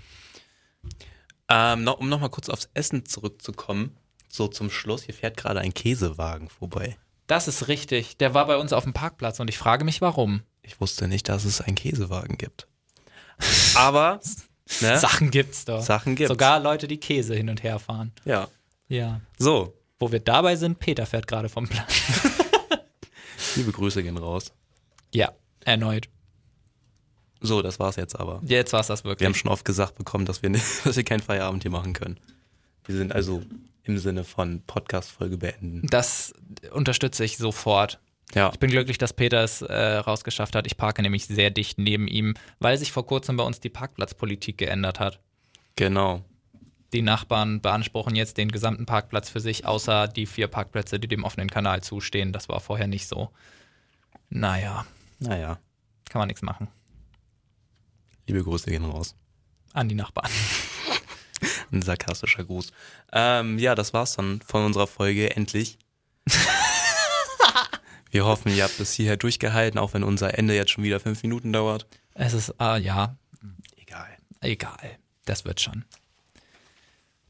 [SPEAKER 1] Ähm, noch, um nochmal kurz aufs Essen zurückzukommen, so zum Schluss, hier fährt gerade ein Käsewagen vorbei.
[SPEAKER 2] Das ist richtig. Der war bei uns auf dem Parkplatz und ich frage mich, warum.
[SPEAKER 1] Ich wusste nicht, dass es einen Käsewagen gibt. Aber ne?
[SPEAKER 2] Sachen gibt's doch.
[SPEAKER 1] Sachen gibt's.
[SPEAKER 2] Sogar Leute, die Käse hin und her fahren.
[SPEAKER 1] ja.
[SPEAKER 2] Ja.
[SPEAKER 1] So,
[SPEAKER 2] Wo wir dabei sind, Peter fährt gerade vom Platz.
[SPEAKER 1] liebe Grüße gehen raus.
[SPEAKER 2] Ja, erneut.
[SPEAKER 1] So, das war's jetzt aber.
[SPEAKER 2] Jetzt war's das
[SPEAKER 1] Wir haben
[SPEAKER 2] wirklich.
[SPEAKER 1] schon oft gesagt bekommen, dass wir, nicht, dass wir keinen Feierabend hier machen können. Wir sind also im Sinne von Podcast-Folge beenden.
[SPEAKER 2] Das unterstütze ich sofort.
[SPEAKER 1] Ja,
[SPEAKER 2] Ich bin glücklich, dass Peter es äh, rausgeschafft hat. Ich parke nämlich sehr dicht neben ihm, weil sich vor kurzem bei uns die Parkplatzpolitik geändert hat.
[SPEAKER 1] genau.
[SPEAKER 2] Die Nachbarn beanspruchen jetzt den gesamten Parkplatz für sich, außer die vier Parkplätze, die dem offenen Kanal zustehen. Das war vorher nicht so. Naja,
[SPEAKER 1] Naja,
[SPEAKER 2] kann man nichts machen.
[SPEAKER 1] liebe Grüße gehen raus.
[SPEAKER 2] An die Nachbarn.
[SPEAKER 1] Ein sarkastischer Gruß. Ähm, ja, das war's dann von unserer Folge, endlich. Wir hoffen, ihr habt bis hierher durchgehalten, auch wenn unser Ende jetzt schon wieder fünf Minuten dauert.
[SPEAKER 2] Es ist, ah ja,
[SPEAKER 1] Egal.
[SPEAKER 2] egal. Das wird schon.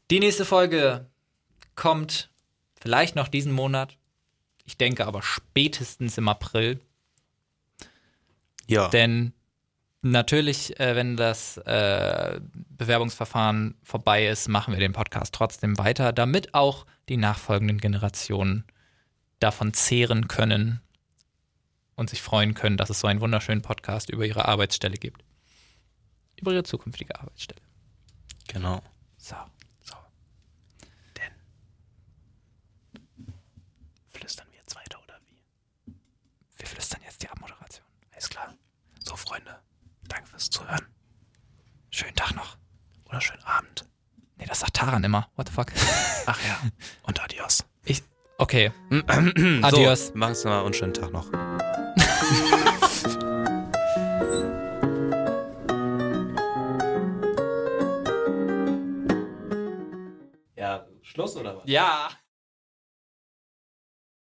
[SPEAKER 2] Die nächste Folge kommt vielleicht noch diesen Monat. Ich denke aber spätestens im April.
[SPEAKER 1] Ja.
[SPEAKER 2] Denn natürlich, äh, wenn das äh, Bewerbungsverfahren vorbei ist, machen wir den Podcast trotzdem weiter, damit auch die nachfolgenden Generationen davon zehren können und sich freuen können, dass es so einen wunderschönen Podcast über ihre Arbeitsstelle gibt. Über ihre zukünftige Arbeitsstelle.
[SPEAKER 1] genau.
[SPEAKER 2] So.
[SPEAKER 1] So. Denn flüstern wir jetzt weiter oder wie?
[SPEAKER 2] Wir flüstern jetzt die Abmoderation.
[SPEAKER 1] Alles klar. So, Freunde, danke fürs Zuhören.
[SPEAKER 2] Schönen Tag noch.
[SPEAKER 1] Oder schönen Abend.
[SPEAKER 2] Nee, das sagt Taran immer. What the fuck?
[SPEAKER 1] Ach ja. Und adios.
[SPEAKER 2] Ich, okay.
[SPEAKER 1] Hm, So,
[SPEAKER 2] Adios.
[SPEAKER 1] machen's mal und schönen Tag noch. raus oder was?
[SPEAKER 2] Ja.